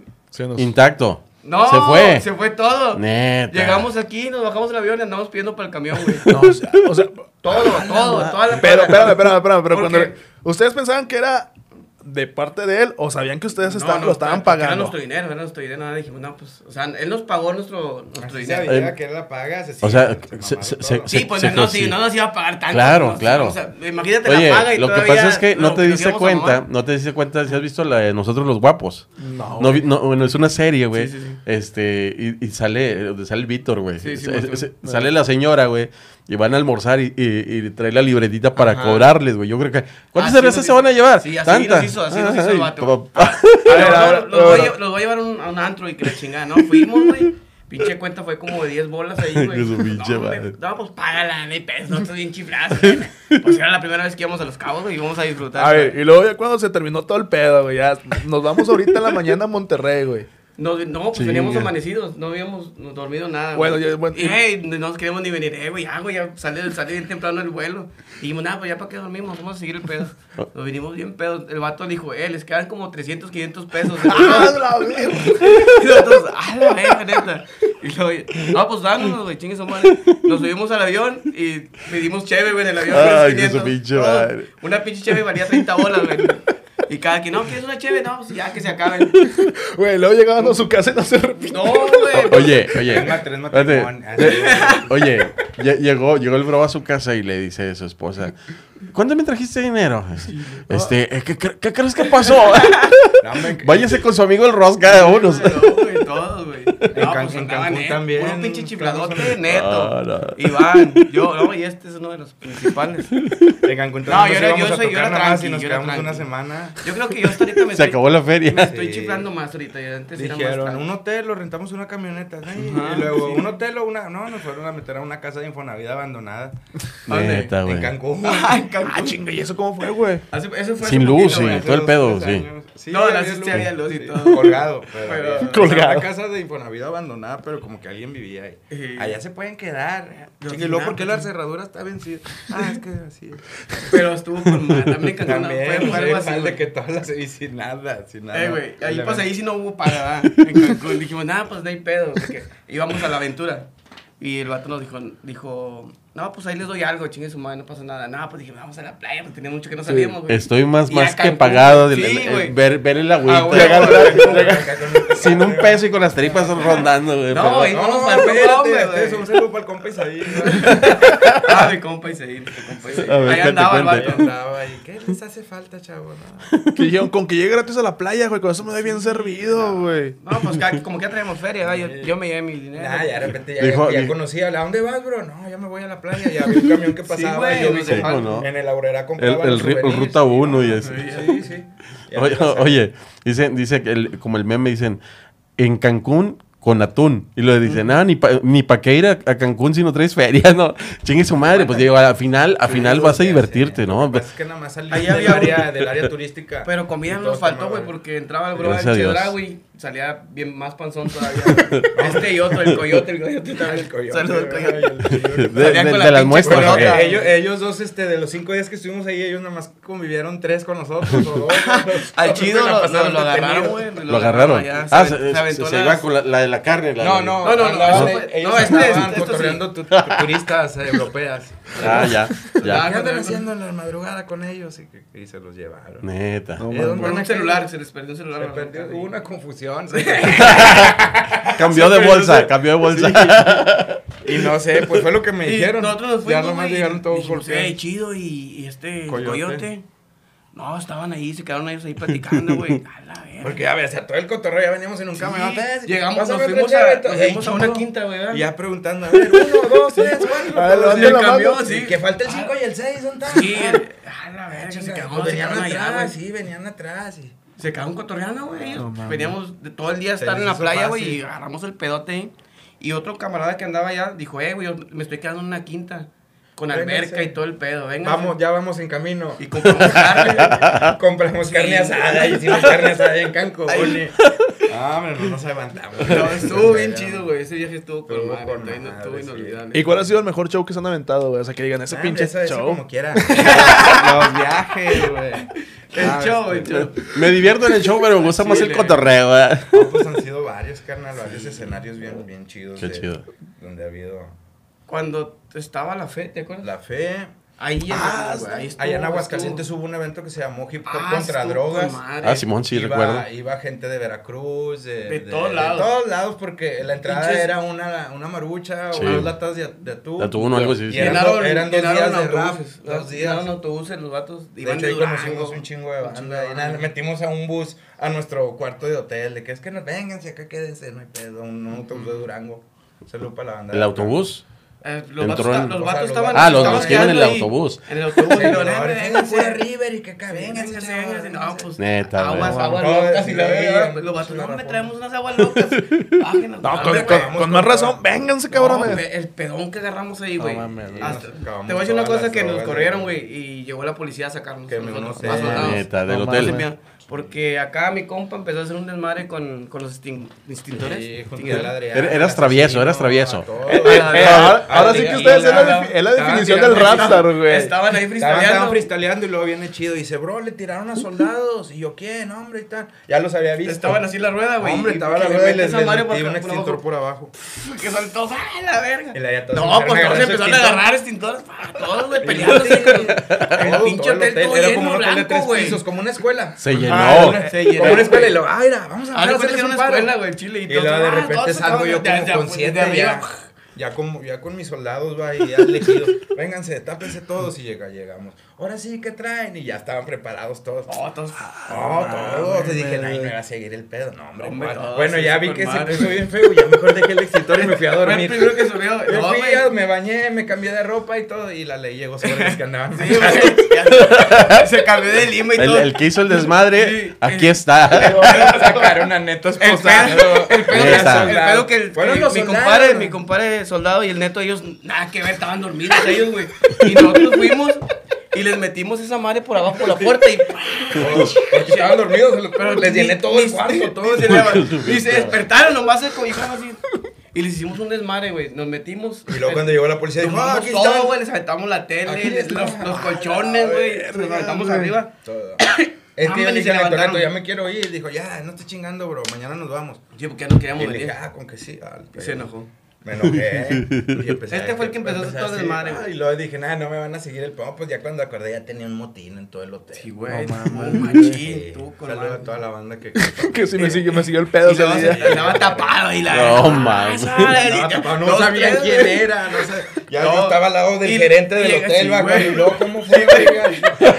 S2: Intacto.
S4: No,
S2: se fue.
S4: Se fue todo.
S2: Neta.
S4: Llegamos aquí, nos bajamos del avión y andamos pidiendo para el camión, güey.
S1: No, o sea, o sea,
S4: Todo, todo, toda la
S1: pero espérame, espérame, espérame, pero
S4: ¿Por
S1: cuando
S4: qué?
S1: ustedes pensaban que era de parte de él o sabían que ustedes estaban, lo estaban
S4: porque Era
S1: pagando.
S4: nuestro dinero, era nuestro dinero. Nada, dijimos, no, pues, o sea, él nos pagó nuestro, nuestro
S3: Así
S4: dinero.
S3: se
S2: Eh,
S3: veía que él la paga, se
S2: o sea,
S3: sigue,
S2: se- se-
S3: mamaron
S2: se-
S3: todo.
S4: Sí, pues
S2: se-
S4: no,
S2: se-
S4: sí, no nos iba a pagar tanto.
S2: Claro,
S4: nos-
S2: claro.
S4: o sea, imagínate
S2: Oye,
S4: la paga y
S2: lo que
S4: todavía
S2: pasa es que no
S4: lo
S2: te
S4: nos
S2: diste
S4: íbamos a
S2: cuenta,
S4: mamar.
S2: no te diste cuenta si has visto la de Nosotros los Guapos.
S1: No,
S2: No, vi- no, bueno, es una serie, güey.
S4: Sí, sí, sí.
S2: Este, y, y sale, eh, donde sale el Víctor, güey.
S4: Sí, sí,
S2: Es- es-
S4: Víctor.
S2: es- sale la señora, güey. Y van a almorzar y, y- y trae la libretita para
S4: Ajá.
S2: cobrarles, güey. Yo creo que. ¿Cuántas
S4: Así
S2: cervezas
S4: nos
S2: se
S4: hizo.
S2: van a llevar?
S4: Sí, así
S2: Tanta.
S4: nos hizo, así nos hizo el
S2: Ay,
S4: vato.
S2: papá.
S1: A ver, a ver,
S4: los, voy a,
S1: a ver.
S4: lle- los voy a llevar a un, a un antro y que la chingada, ¿no? Fuimos, güey. Pinche cuenta fue como de 10 bolas ahí, güey.
S2: Que su
S4: No,
S2: pinche
S4: hombre,
S2: madre.
S4: no, pues págala, no hay peso, no estás bien chiflado. güey. Pues era la primera vez que íbamos a los cabos güey, y íbamos a disfrutar.
S1: A
S4: güey.
S1: ver, y luego ya cuando se terminó todo el pedo, güey, ya nos vamos ahorita en la mañana a Monterrey, güey.
S4: No, no, pues
S2: Chinga.
S4: veníamos amanecidos, no habíamos dormido nada.
S1: Bueno,
S4: güey.
S1: ya, bueno.
S4: Y, hey, no nos queríamos ni venir, eh, güey, ya, güey, ya sale, sale bien temprano el vuelo. Y dijimos, nada, pues ya para qué dormimos, vamos a seguir el pedo. Nos vinimos bien pedos. El vato dijo, eh, les quedan como 300, 500 pesos.
S1: ¡Ah, la verga!
S4: Y nosotros, a la verga, neta. Y luego, no, pues vámonos, güey, chingue su madre. Nos subimos al avión y pedimos cheve, güey, en el avión.
S2: Ay,
S4: unos
S2: que su
S4: 500.
S2: pinche
S4: Todo.
S2: madre.
S4: Una pinche cheve valía 30 bolas, güey. Y cada quien, no, ¿quieres una cheve? No, pues ya que se acaben.
S1: Güey, luego llegaban a su casa y no se repitió.
S4: No, güey.
S2: Oye, oye.
S3: Tres ma- tres
S2: espérate.
S3: matrimonios. Ah,
S2: Oye, lle- llegó, llegó el bro a su casa y le dice a su esposa: ¿Cuándo me trajiste dinero? Este, eh, ¿qué, cre- qué crees que pasó?
S3: No, hombre, en-
S2: Váyase con su amigo el Rosca, unos.
S4: No, güey, todos, güey. No,
S3: Can-
S4: pues
S3: en
S4: andaban,
S3: Cancún
S4: eh,
S3: también.
S4: Puro pinche chifladote,
S3: Estamos-
S2: Ah, no.
S4: neto. Iván, yo, no, y este es uno de los principales.
S3: En Cancún
S4: No,
S3: también
S4: yo
S3: nos
S4: era-
S3: íbamos
S4: yo
S3: a
S4: soy-
S3: tocar
S4: yo era
S3: nada más y
S4: tranqui,
S3: nos
S4: yo era
S3: quedamos una
S4: tranqui.
S3: semana.
S4: Yo creo que yo hasta ahorita me
S2: Se
S4: estoy,
S2: acabó la
S4: me
S2: feria.
S4: estoy
S3: Sí.
S4: chiflando más ahorita. yo antes era más
S3: Dijeron,
S4: tranqui.
S3: un hotel, o rentamos una camioneta. ay,
S4: Ajá,
S3: y luego,
S4: sí.
S3: un hotel o una. No, nos fueron a meter a una casa de Infonavit abandonada.
S4: ¿Dónde?
S2: Neta, güey.
S3: En Cancún.
S4: Ah, en Cancún.
S1: Ah, chinga, ¿y eso cómo fue, güey?
S4: Hace- ese fue
S2: Sin
S4: hace
S2: luz,
S4: poquito,
S2: sí.
S4: güey.
S2: todo el
S3: Hace
S2: pedo,
S3: dos, tres
S2: sí.
S3: años.
S4: No, la sí había luz y todo.
S3: Colgado. Pero,
S4: Pero-
S3: había-
S1: Colgado.
S3: o sea, Una casa de Infonavit abandonada, pero como que alguien vivía ahí.
S4: Sí.
S3: Allá se pueden quedar.
S4: Los
S3: Chinga, Y luego, ¿por qué la
S4: dinámicos.
S3: cerradura está vencida? Ah, es que así es.
S4: Pero estuvo con madre. También en Cancún
S3: También,
S4: fue-
S3: fue
S4: fue algo así,
S3: mal de
S4: güey.
S3: que todas las... Y sin nada, sin nada.
S4: Eh, güey, ahí
S3: Le-
S4: pues ahí sí no hubo parada en Cancún. Dijimos, nada, pues no hay pedo, porque íbamos a la aventura. Y el vato nos dijo, dijo, no, pues ahí les doy algo, chingue su madre, no pasa nada. No, pues dijimos, vamos a la playa, pues tenía mucho que no salíamos, güey.
S2: Estoy más,
S4: Y a
S2: más que
S4: Cancún,
S2: pagado de
S4: sí,
S2: el- el-
S4: güey.
S2: ver, ver el
S4: Ah, güey,
S2: agüita.
S4: güey.
S2: sin un peso y con las tripas rondando, güey.
S4: No,
S2: pero-
S4: güey.
S3: No, no,
S4: espérate, güey.
S3: espérate, es un saludo para el compa Isaí.
S4: Ah, mi compa y seguir, mi compa y seguir.
S2: A ver,
S4: Ahí
S2: cuente,
S4: andaba el
S2: cuente.
S4: vato.
S3: Andaba ahí, ¿Qué les hace falta, chavo? No.
S1: Que dijeron, con que llegue gratis a la playa, güey, con eso me doy bien servido, güey.
S4: No, pues cada- como que ya traemos feria, ¿verdad? yo, yo me llevé mi dinero.
S3: Nah, ya de repente ya,
S2: Dijo-
S3: ya
S2: dijo-
S3: conocía. ¿A dónde vas, bro? No, ya me voy a la playa. Ya vi un camión que pasaba.
S4: güey,
S3: y yo vi
S4: no sé,
S3: que
S2: ¿cómo no?
S3: en el Aurrera
S2: El,
S3: compraba
S2: el, ri- el ruta 1 y así.
S3: Sí, sí. Ya
S2: Oye,
S3: me pasaba.
S2: oye, dicen, dice que el- como el meme dicen, en Cancún con atún. Y lo dicen, ah, ni para ni pa qué ir a, a Cancún si no traes feria, ¿no? Chingue su madre, pues digo, al final, al final vas a
S3: Sí,
S2: divertirte,
S3: sí.
S2: ¿no?
S3: Lo que pasa Es que nada más salí
S4: Ahí
S3: del
S4: había-
S3: área, del área turística.
S4: Pero comida
S3: Y
S4: nos
S3: todos
S4: faltó, güey,
S3: tomaban.
S4: porque entraba el bro
S2: Gracias
S4: del
S2: a Dios.
S4: Chedraui, salía bien más panzón todavía. güey. este y otro, el coyote, el coyote también.
S3: El coyote,
S4: Saludos al
S3: güey,
S4: coyote.
S3: el coyote.
S2: De,
S4: Salían
S2: de-
S4: con la
S2: de las
S4: pinche
S2: muestras.
S4: Bueno,
S3: Bueno,
S2: ¿ok?
S4: ok.
S3: ellos, ellos dos, este, de los cinco días que estuvimos ahí, ellos nada más convivieron tres con nosotros o dos.
S4: Al chido
S3: La
S4: lo,
S3: pasaron
S4: no, lo agarraron,
S3: detenido.
S4: güey.
S2: Lo agarraron.
S4: allá,
S2: Ah,
S4: se,
S2: se,
S4: se aventó
S2: se- se
S4: las-
S2: iba con la, la de la carne. la
S3: No,
S2: de-
S3: no,
S4: No, no, no,
S3: andaban-
S4: eso fue-
S3: ellos
S4: no, este-
S3: andaban
S4: este sí.
S3: cotorreando tu- tu- turistas eh, europeas.
S2: Ah, ya, ya.
S4: Ah,
S3: ¿Qué andan
S4: cabrón.
S3: haciendo en la madrugada con ellos? Y, que- y se los llevaron.
S2: Neta.
S1: No,
S3: Eh,
S1: mames.
S3: ¿dónde
S4: Con
S3: andan?
S4: un celular, se les perdió un
S3: Se
S4: celular. a la
S3: perdió-
S4: boca,
S3: Hubo
S4: sí.
S3: una confusión.
S2: cambió de
S3: sí,
S2: bolsa,
S3: sí.
S2: cambió de bolsa.
S3: Y no sé, pues fue lo que me
S4: Y
S3: dijeron.
S4: nosotros nos
S3: ya
S4: fuimos,
S3: nomás
S4: güey,
S3: llegaron todos
S4: dijimos,
S3: golpeados.
S4: "Ey, chido, y, y este el
S3: Coyote.
S4: coyote. No, estaban ahí, se quedaron ellos ahí platicando, güey. A la verga.
S3: Porque ya, ver, o sea, todo el cotorreo, ya veníamos en un camión.
S4: Sí,
S3: "Ves,
S4: llegamos,
S3: pásame
S4: nos
S3: otra
S4: fuimos,
S3: cheve",
S4: a,
S3: todo,
S4: nos
S3: "Ey,
S4: fuimos a una
S3: chingo".
S4: quinta, güey. ¿verdad?
S3: Y ya preguntando, a ver, uno, dos, tres, cuatro.
S1: A ver,
S3: todos
S1: levanten
S3: en
S1: la
S3: camión,
S1: mano.
S3: sí, Que falta el cinco y el seis, ¿dónde están?
S4: Sí, a la
S3: Ah,
S4: verga, se
S3: chinga,
S4: quedaron, se
S3: venían
S4: quedaron allá,
S3: atrás,
S4: güey.
S3: sí, venían atrás. y-
S4: Se quedaron cotorreando, güey. ellos.
S6: No mames.
S4: Veníamos de todo el día a
S3: Se
S4: estar
S3: les
S4: en la
S3: hizo
S4: playa,
S3: fácil.
S4: güey, y agarramos el pedote. ahí. Y otro camarada que andaba allá dijo, eh, güey, yo me estoy quedando en una quinta. Con
S3: Vénganse.
S4: alberca y todo el pedo, venga.
S3: Vamos, ya vamos en camino.
S4: Y compramos carne, güey.
S3: Compramos carne asada y hicimos carne asada en Cancún. Ah, hombre, no nos levantamos.
S4: No, estuvo bien chido, güey. Ese viaje estuvo con
S3: Estuvo
S4: madre.
S3: con
S4: todavía no
S3: madre,
S4: estuvo
S3: sí.
S4: inolvidable.
S1: ¿Y cuál ha sido el mejor show que se han aventado, güey? O sea, que digan, ese
S3: Ah,
S1: pinche
S3: esa- esa
S1: show.
S3: como quiera. Los viajes, güey.
S4: El
S3: Ah,
S4: show, el show.
S2: Me divierto en el show, pero me gusta más el
S4: Chile.
S2: cotorreo, ¿eh? güey.
S3: No, pues han sido varios, carnal, varios escenarios bien, bien chidos.
S2: Qué
S3: de-
S2: chido.
S3: Donde ha habido
S4: Cuando estaba la fe, ¿te acuerdas?
S3: la fe.
S4: Ahí ya
S3: Ah,
S4: estuvo, güey, ahí estuvo,
S3: allá en
S4: estuvo.
S3: Aguascalientes hubo un evento que se llamó Hip Hop
S4: Ah,
S3: contra
S4: estuvo
S3: Drogas.
S4: con madre.
S2: Ah, Simón, sí,
S3: iba,
S2: recuerdo.
S3: Iba gente de Veracruz, de,
S4: De todos lados.
S3: De todos lados, porque la entrada
S4: Pinches-
S3: era una, una marucha,
S2: Sí.
S3: unas latas de, de atún.
S2: Ya tuvo uno algo así.
S3: Y
S2: sí.
S3: era-
S4: Llenaron,
S3: eran dos
S4: llenaron
S3: días de
S4: autobuses.
S3: rap, dos días.
S4: Llenaron autobuses, los vatos.
S3: De
S4: iban
S3: hecho,
S4: de
S3: ahí conocimos
S4: Durango.
S3: un chingo de
S4: Un chingo de
S3: banda. Y nada,
S4: banda.
S3: metimos a un bus a nuestro cuarto de hotel. De que es que nos vénganse acá, quédense, no hay pedo. Un, un autobús de Durango. Un Saludo para la banda.
S2: ¿El
S3: de
S2: autobús?
S4: Eh, los
S2: Entró
S4: vatos, esta-
S2: en-
S4: los
S3: o
S4: vatos
S3: sea,
S4: estaban.
S3: los-
S2: Ah, los-
S4: estaban
S2: los que iban en el
S4: quedando ahí.
S2: autobús.
S4: En el autobús.
S3: Durango. Sí,
S4: no,
S3: no,
S4: no,
S3: vénganse a
S4: vénganse.
S3: River y que acá, vénganse,
S4: Vénganse,
S3: chavos,
S4: vénganse. No, pues.
S2: Neta,
S4: aguas,
S2: güey.
S4: aguas
S3: No,
S4: locas y la
S3: sí,
S4: verga.
S3: sí,
S4: Los vatos,
S3: sí,
S4: no,
S3: sí,
S4: me
S3: sí.
S4: traemos unas aguas locas. Bájenos.
S1: No,
S4: Ah,
S1: con,
S4: güey,
S1: con-
S3: pegamos
S1: con
S3: con
S1: más
S3: todo.
S1: razón, vénganse,
S4: No,
S1: cabrones.
S4: pe- el pedón que agarramos ahí, güey.
S2: mames,
S4: Hasta-
S2: güey.
S3: Nos acabamos
S4: te voy a decir una
S3: todas
S4: cosa
S3: las
S4: que nos
S3: drogas
S4: corrieron,
S3: de-
S4: güey, y llegó la policía a sacarnos.
S3: Que
S4: a
S3: me
S4: nosotros,
S3: no sé.
S4: más soldados.
S2: Neta, del
S6: No
S4: Más
S2: hotel.
S6: mames.
S4: enviado. Porque acá mi compa empezó a hacer un desmadre con, con los extin- extintores.
S3: Sí, junto
S4: Extinguidores.
S3: al Adrián,
S2: Eras
S3: al asesino,
S2: travieso, eras travieso.
S3: a todos.
S1: Eh, eh, eh, ahora,
S3: Ah,
S1: ahora sí que
S3: diga,
S1: ustedes es la,
S3: diga,
S1: defi- es la
S3: estaban
S1: definición del
S3: tirando ahí,
S1: rapstar, güey.
S4: Estaban ahí
S3: Estaban, estaban
S4: freestyleando.
S3: freestyleando y luego viene chido. Y dice, bro, le tiraron a soldados. Y yo, ¿quién? Hombre, y tal. Ya los había visto.
S4: Estaban así la rueda, güey.
S3: Hombre,
S4: y
S3: estaba
S4: que
S3: la
S4: le
S3: rueda y
S4: metes
S3: les,
S4: a
S3: les
S4: Mario
S3: metí
S4: por
S3: un
S4: acá, por
S3: extintor por
S4: abajo,
S3: abajo.
S4: Que saltó, ¡ah, la verga!
S3: Y la- ya todos
S4: no,
S3: empezaron
S4: pues
S3: a
S4: todos
S3: agarrar
S4: empezaron a
S3: extintor.
S4: agarrar extintores. pa, Todos, güey, peleándose.
S3: Todo,
S4: El
S3: todo
S4: pinche
S3: el
S4: hotel todo
S3: Era como
S4: lleno
S3: un hotel de
S4: blanco,
S3: tres
S4: güey.
S3: pisos, como una escuela.
S2: Se llenó.
S3: Ah, una-
S4: Se
S3: Como
S4: llenó,
S3: una escuela.
S4: güey.
S3: Y luego, ay, mira, vamos a
S4: Haz de cuenta Ah, que era
S3: hacer
S4: una
S3: Ah, un paro.
S4: escuela, güey, en Chile.
S3: Y
S4: todos,
S3: luego de
S4: ah,
S3: repente
S4: todos
S3: salgo yo
S4: acaban
S3: como
S4: de- de-
S3: con
S4: de-
S3: siete
S4: de
S3: ya.
S4: arriba.
S3: Ya con, ya con mis soldados, va, y ya elegidos. Vénganse, tápense todos y llega, llegamos. Ahora sí, ¿qué traen? Y ya estaban preparados todos.
S4: Oh, todos-
S3: No, todo. Te dije,
S6: mames.
S3: ay, me va a seguir el pedo. No, hombre.
S4: Hombre,
S3: ¿cuál?
S4: no,
S3: bueno,
S4: sí,
S3: ya
S4: sí,
S3: vi
S4: con
S3: que se
S4: madre.
S3: puso bien feo. Ya mejor dejé el extintor y me fui a
S4: Fue el
S3: dormir.
S4: primero que subió.
S3: Yo
S4: No,
S3: fui,
S4: güey.
S3: ya me bañé, me cambié de ropa y todo. Y la ley llegó sobre los que andaban.
S4: Sí, güey. Se cambió de lima y
S2: El,
S4: todo.
S2: el que hizo el desmadre,
S4: Sí.
S2: aquí está.
S3: Sacaron a Neto
S4: El
S3: esposado.
S4: pedo, el pedo,
S2: Ahí
S4: que-
S2: está.
S4: el pedo que el-
S3: Fueron
S4: que
S3: los
S4: mi
S3: soldados.
S4: compadre, mi compadre soldado y el neto, ellos nada que ver, estaban dormidos ellos, güey. Y nosotros fuimos y les metimos esa madre por abajo por la puerta y ¡pah!
S3: Porque estaban dormidos, se los- pero les llené
S4: ni-
S3: todo el
S4: ni-
S3: cuarto, todo.
S4: ni se levantaron. Y se despertaron, nomás se cobijaron así. Y les hicimos un desmadre, güey. Nos metimos.
S3: Y luego cuando llegó la policía, dijo, ah,
S4: Tomamos
S3: aquí Ah,
S4: todo,
S3: está.
S4: güey, les aventamos la
S3: Aquí
S4: tele, les-
S3: está.
S4: los, los colchones, güey, nos aventamos arriba.
S3: Todo. Es que
S4: Hombre,
S3: yo le
S4: ni se
S3: dije a Neto,
S4: levantaron.
S3: "Neto, ya me quiero ir. Dijo, ya, no estoy chingando, bro, mañana nos vamos.
S4: Sí, porque ya no
S3: Y
S4: queríamos
S3: le dije,
S4: venir.
S3: ah, con que sí. al
S4: Y
S3: pedo.
S4: se enojó.
S3: Me enojé. y empecé
S4: Este
S3: a-
S4: fue el que empezó a hacer
S3: empecé
S4: todo el
S3: así,
S4: desmadre,
S3: ah,
S4: güey.
S3: Y luego dije, nada, no me van a seguir el pedo. Pues ya cuando acordé, ya tenía un motín en todo el hotel.
S4: Sí, güey.
S6: No mames,
S4: No machín, tú,
S3: Un
S4: con
S3: Saludo
S4: madre.
S3: a toda la banda que.
S1: Que si me siguió, me siguió el pedo
S4: Y
S1: ese
S4: luego se-
S1: día.
S4: andaba tapado y la Ah,
S2: No, mames.
S3: No, tampoco, no sabían
S4: sabía
S3: quién era, no sé. Ya
S4: No.
S3: yo estaba al lado del
S4: Y-
S3: gerente
S4: y
S3: del
S4: llega así,
S3: hotel, va,
S4: güey.
S3: cuando- y luego, ¿cómo fue, oiga?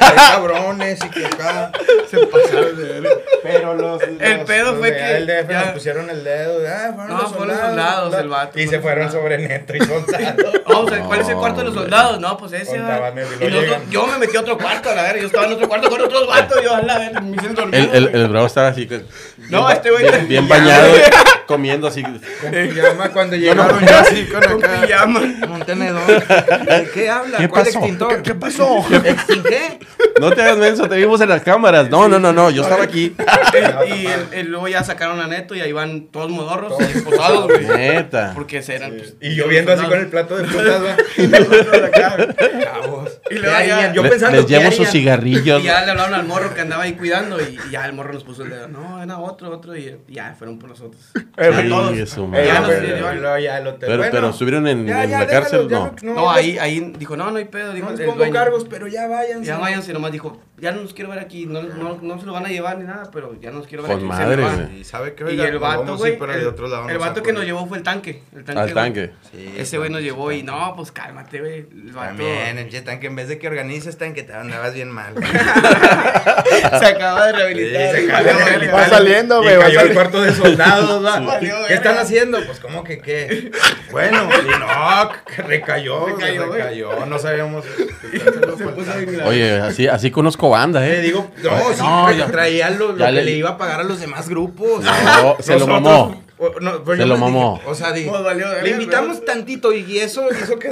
S3: Hay cabrones y que acá. Se pasaron de ver. Pero los.
S4: El
S3: los-
S4: pedo
S3: los
S4: fue
S3: de
S4: que
S3: El DF nos
S4: ya-
S3: pusieron el dedo. de, Ah, fueron
S4: No,
S3: los
S4: fueron los
S3: soldados.
S4: soldados,
S3: los
S4: el vato,
S3: Y se
S4: fueron
S3: fueron
S4: los Oh,
S3: sobre neto y soldados.
S4: Vamos a ver, ¿cuál es el cuarto de los
S2: Hombre.
S4: soldados? No, pues ese.
S3: Contaban
S4: va.
S3: eso y
S4: Y
S3: luego
S4: nosotros-
S3: llegan.
S4: yo me metí a otro cuarto, a la verga. Yo estaba en otro cuarto con otros vatos. Yo, a la verga, me hice dormir.
S2: El, el, el bravo estaba así, que-
S4: No, este güey.
S2: bien, bien bañado, comiendo así.
S3: Con llama cuando llegaron yo así con acá.
S4: pijama.
S3: Un tenedor. ¿De qué habla?
S2: ¿Qué
S3: ¿Cuál
S2: pasó?
S3: extintor?
S1: ¿Qué pasó?
S3: ¿Extingué?
S2: No te hagas menso, te vimos en las cámaras. No, no, no, no, yo estaba aquí.
S4: El- y el- el- luego ya sacaron a Neto y ahí van todos modorros y esposados, güey.
S2: Neta.
S4: Porque se eran. pues,
S3: Y yo viendo así con el plato de frutas, va. Y nosotros acá, Chavos.
S4: Y luego
S3: ¿Qué
S4: ya-
S3: harían? Yo
S2: Le-
S3: pensando,
S2: les
S3: ¿qué
S2: llevo sus
S3: harían?
S2: cigarrillos.
S4: Y ya le hablaron al morro que andaba ahí cuidando y, y ya el morro nos puso el dedo. No, era otro, otro y ya fueron por nosotros.
S1: Eh, güey,
S2: Sí,
S1: todos.
S2: eso,
S1: Eh,
S2: madre.
S1: ya
S3: Ya
S1: no
S4: güey.
S1: sé,
S4: sé,
S3: lo- lo- ya lo te-
S2: Pero,
S3: bueno,
S2: pero estuvieron en,
S3: ya,
S2: en
S3: ya,
S2: la cárcel,
S3: déjalo,
S2: no.
S3: ya
S4: No,
S3: ya-
S4: ahí, ahí dijo, no, no hay pedo. Dijo,
S3: No les
S4: el
S3: pongo
S4: dueño.
S3: cargos, pero ya váyanse.
S4: Ya váyanse, nomás dijo, ya no nos quiero ver aquí, no, no, no se lo van a llevar ni nada, pero ya no nos quiero ver
S2: Con
S4: aquí.
S2: madre,
S4: se me va.
S2: güey.
S3: Y sabe que
S4: Y
S3: oiga,
S4: el
S3: nos
S4: vato,
S3: vamos a
S4: güey,
S3: ir, pero
S4: el,
S3: de otro lado
S4: el
S3: nos
S4: vato que nos
S3: acuerda.
S4: llevó fue el tanque. El tanque
S2: Al
S4: güey.
S2: tanque.
S3: Sí,
S4: Ese güey nos
S3: también,
S4: llevó y
S3: sí,
S4: no, pues cálmate, güey. El vato
S3: También, eh. el che tanque, en vez de que organices tanque, te andabas bien mal.
S4: se acaba de
S3: Sí,
S4: rehabilitar.
S3: se
S4: güey.
S3: acaba de rehabilitar.
S1: Va saliendo,
S3: Y
S1: güey, va
S3: cayó al
S1: saliendo.
S3: cuarto de soldados, va.
S4: Valió
S3: ¿Qué
S4: verga.
S3: están haciendo? Pues, ¿cómo que qué? Bueno, y no, que recayó,
S4: Recayó,
S3: recayó,
S4: güey.
S3: recayó. No sabíamos.
S4: Se puso a gritar.
S2: Oye, así, así conozco banda,
S3: Te
S2: ¿eh?
S3: digo, no,
S2: Oye,
S3: sí,
S2: no,
S3: tra-
S2: ya-
S3: traía lo, lo
S2: ya
S3: que
S2: le-
S3: le... iba a pagar a los demás grupos.
S2: No, se lo mamó.
S3: o- no, pero
S2: Se
S3: yo
S2: lo
S3: les dije,
S2: mamó.
S3: o sea, dije,
S4: Pues valió verga,
S3: le invitamos tantito y eso hizo que...